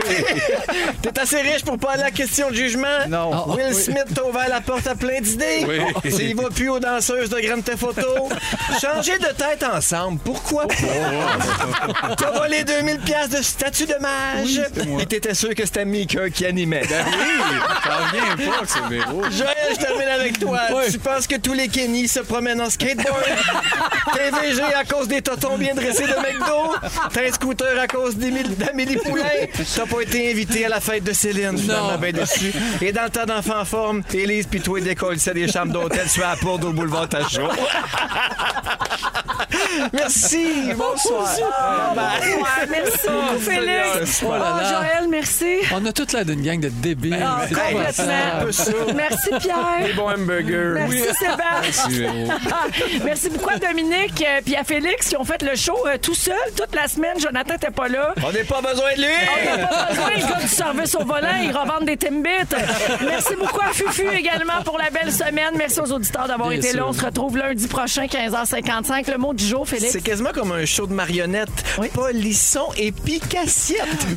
[laughs] T'es assez riche pour pas aller à la question de jugement? Ah, Non. Will Oui. Smith t'a ouvert la porte à plein d'idées? Oui. [laughs] S'il va plus aux danseuses de Grand Theft [laughs] Auto? Changer de tête ensemble, pourquoi Oh, pas? T'as volé 2000 pièces de statut de mage. Et t'étais sûr que c'était Mika qui animait. Ah Ben oui, ça revient pas que c'est Véro. Joël, je termine avec toi. Tu penses que tous les Kenny se promènent en skateboard? TVG à cause des totons bien dressés de McDo? T'as un scooter à cause d'Émile- d'Amélie Poulain? T'as pas été invité à la fête de Céline? Je suis Non. vraiment bien déçu. Et dans le temps d'enfant en forme, Élise puis toi décolle c'est des chambres d'hôtel sur la porte au boulevard Tachot. Merci, bonsoir. Ah, Bye. bonsoir. Merci beaucoup, Félix. Oh, Joël, merci. On a toute l'air d'une gang de débiles. Ah, C'est complètement. épouvantable. Merci, Pierre. Des bons hamburgers. Merci Sébastien. [laughs] Merci beaucoup à Dominique euh, puis à Félix qui ont fait le show euh, tout seul toute la semaine. Jonathan n'était pas là. On n'a pas besoin de lui! On n'a pas besoin, le gars du service au volant, il revend des Timbits. Merci beaucoup à Fufu également pour la belle semaine. Merci aux auditeurs d'avoir Bien été là. sûr. On se retrouve lundi prochain, 15h55. Le mot du jour, Félix. C'est quasiment comme un show de marionnettes. Polisson et Picassiette.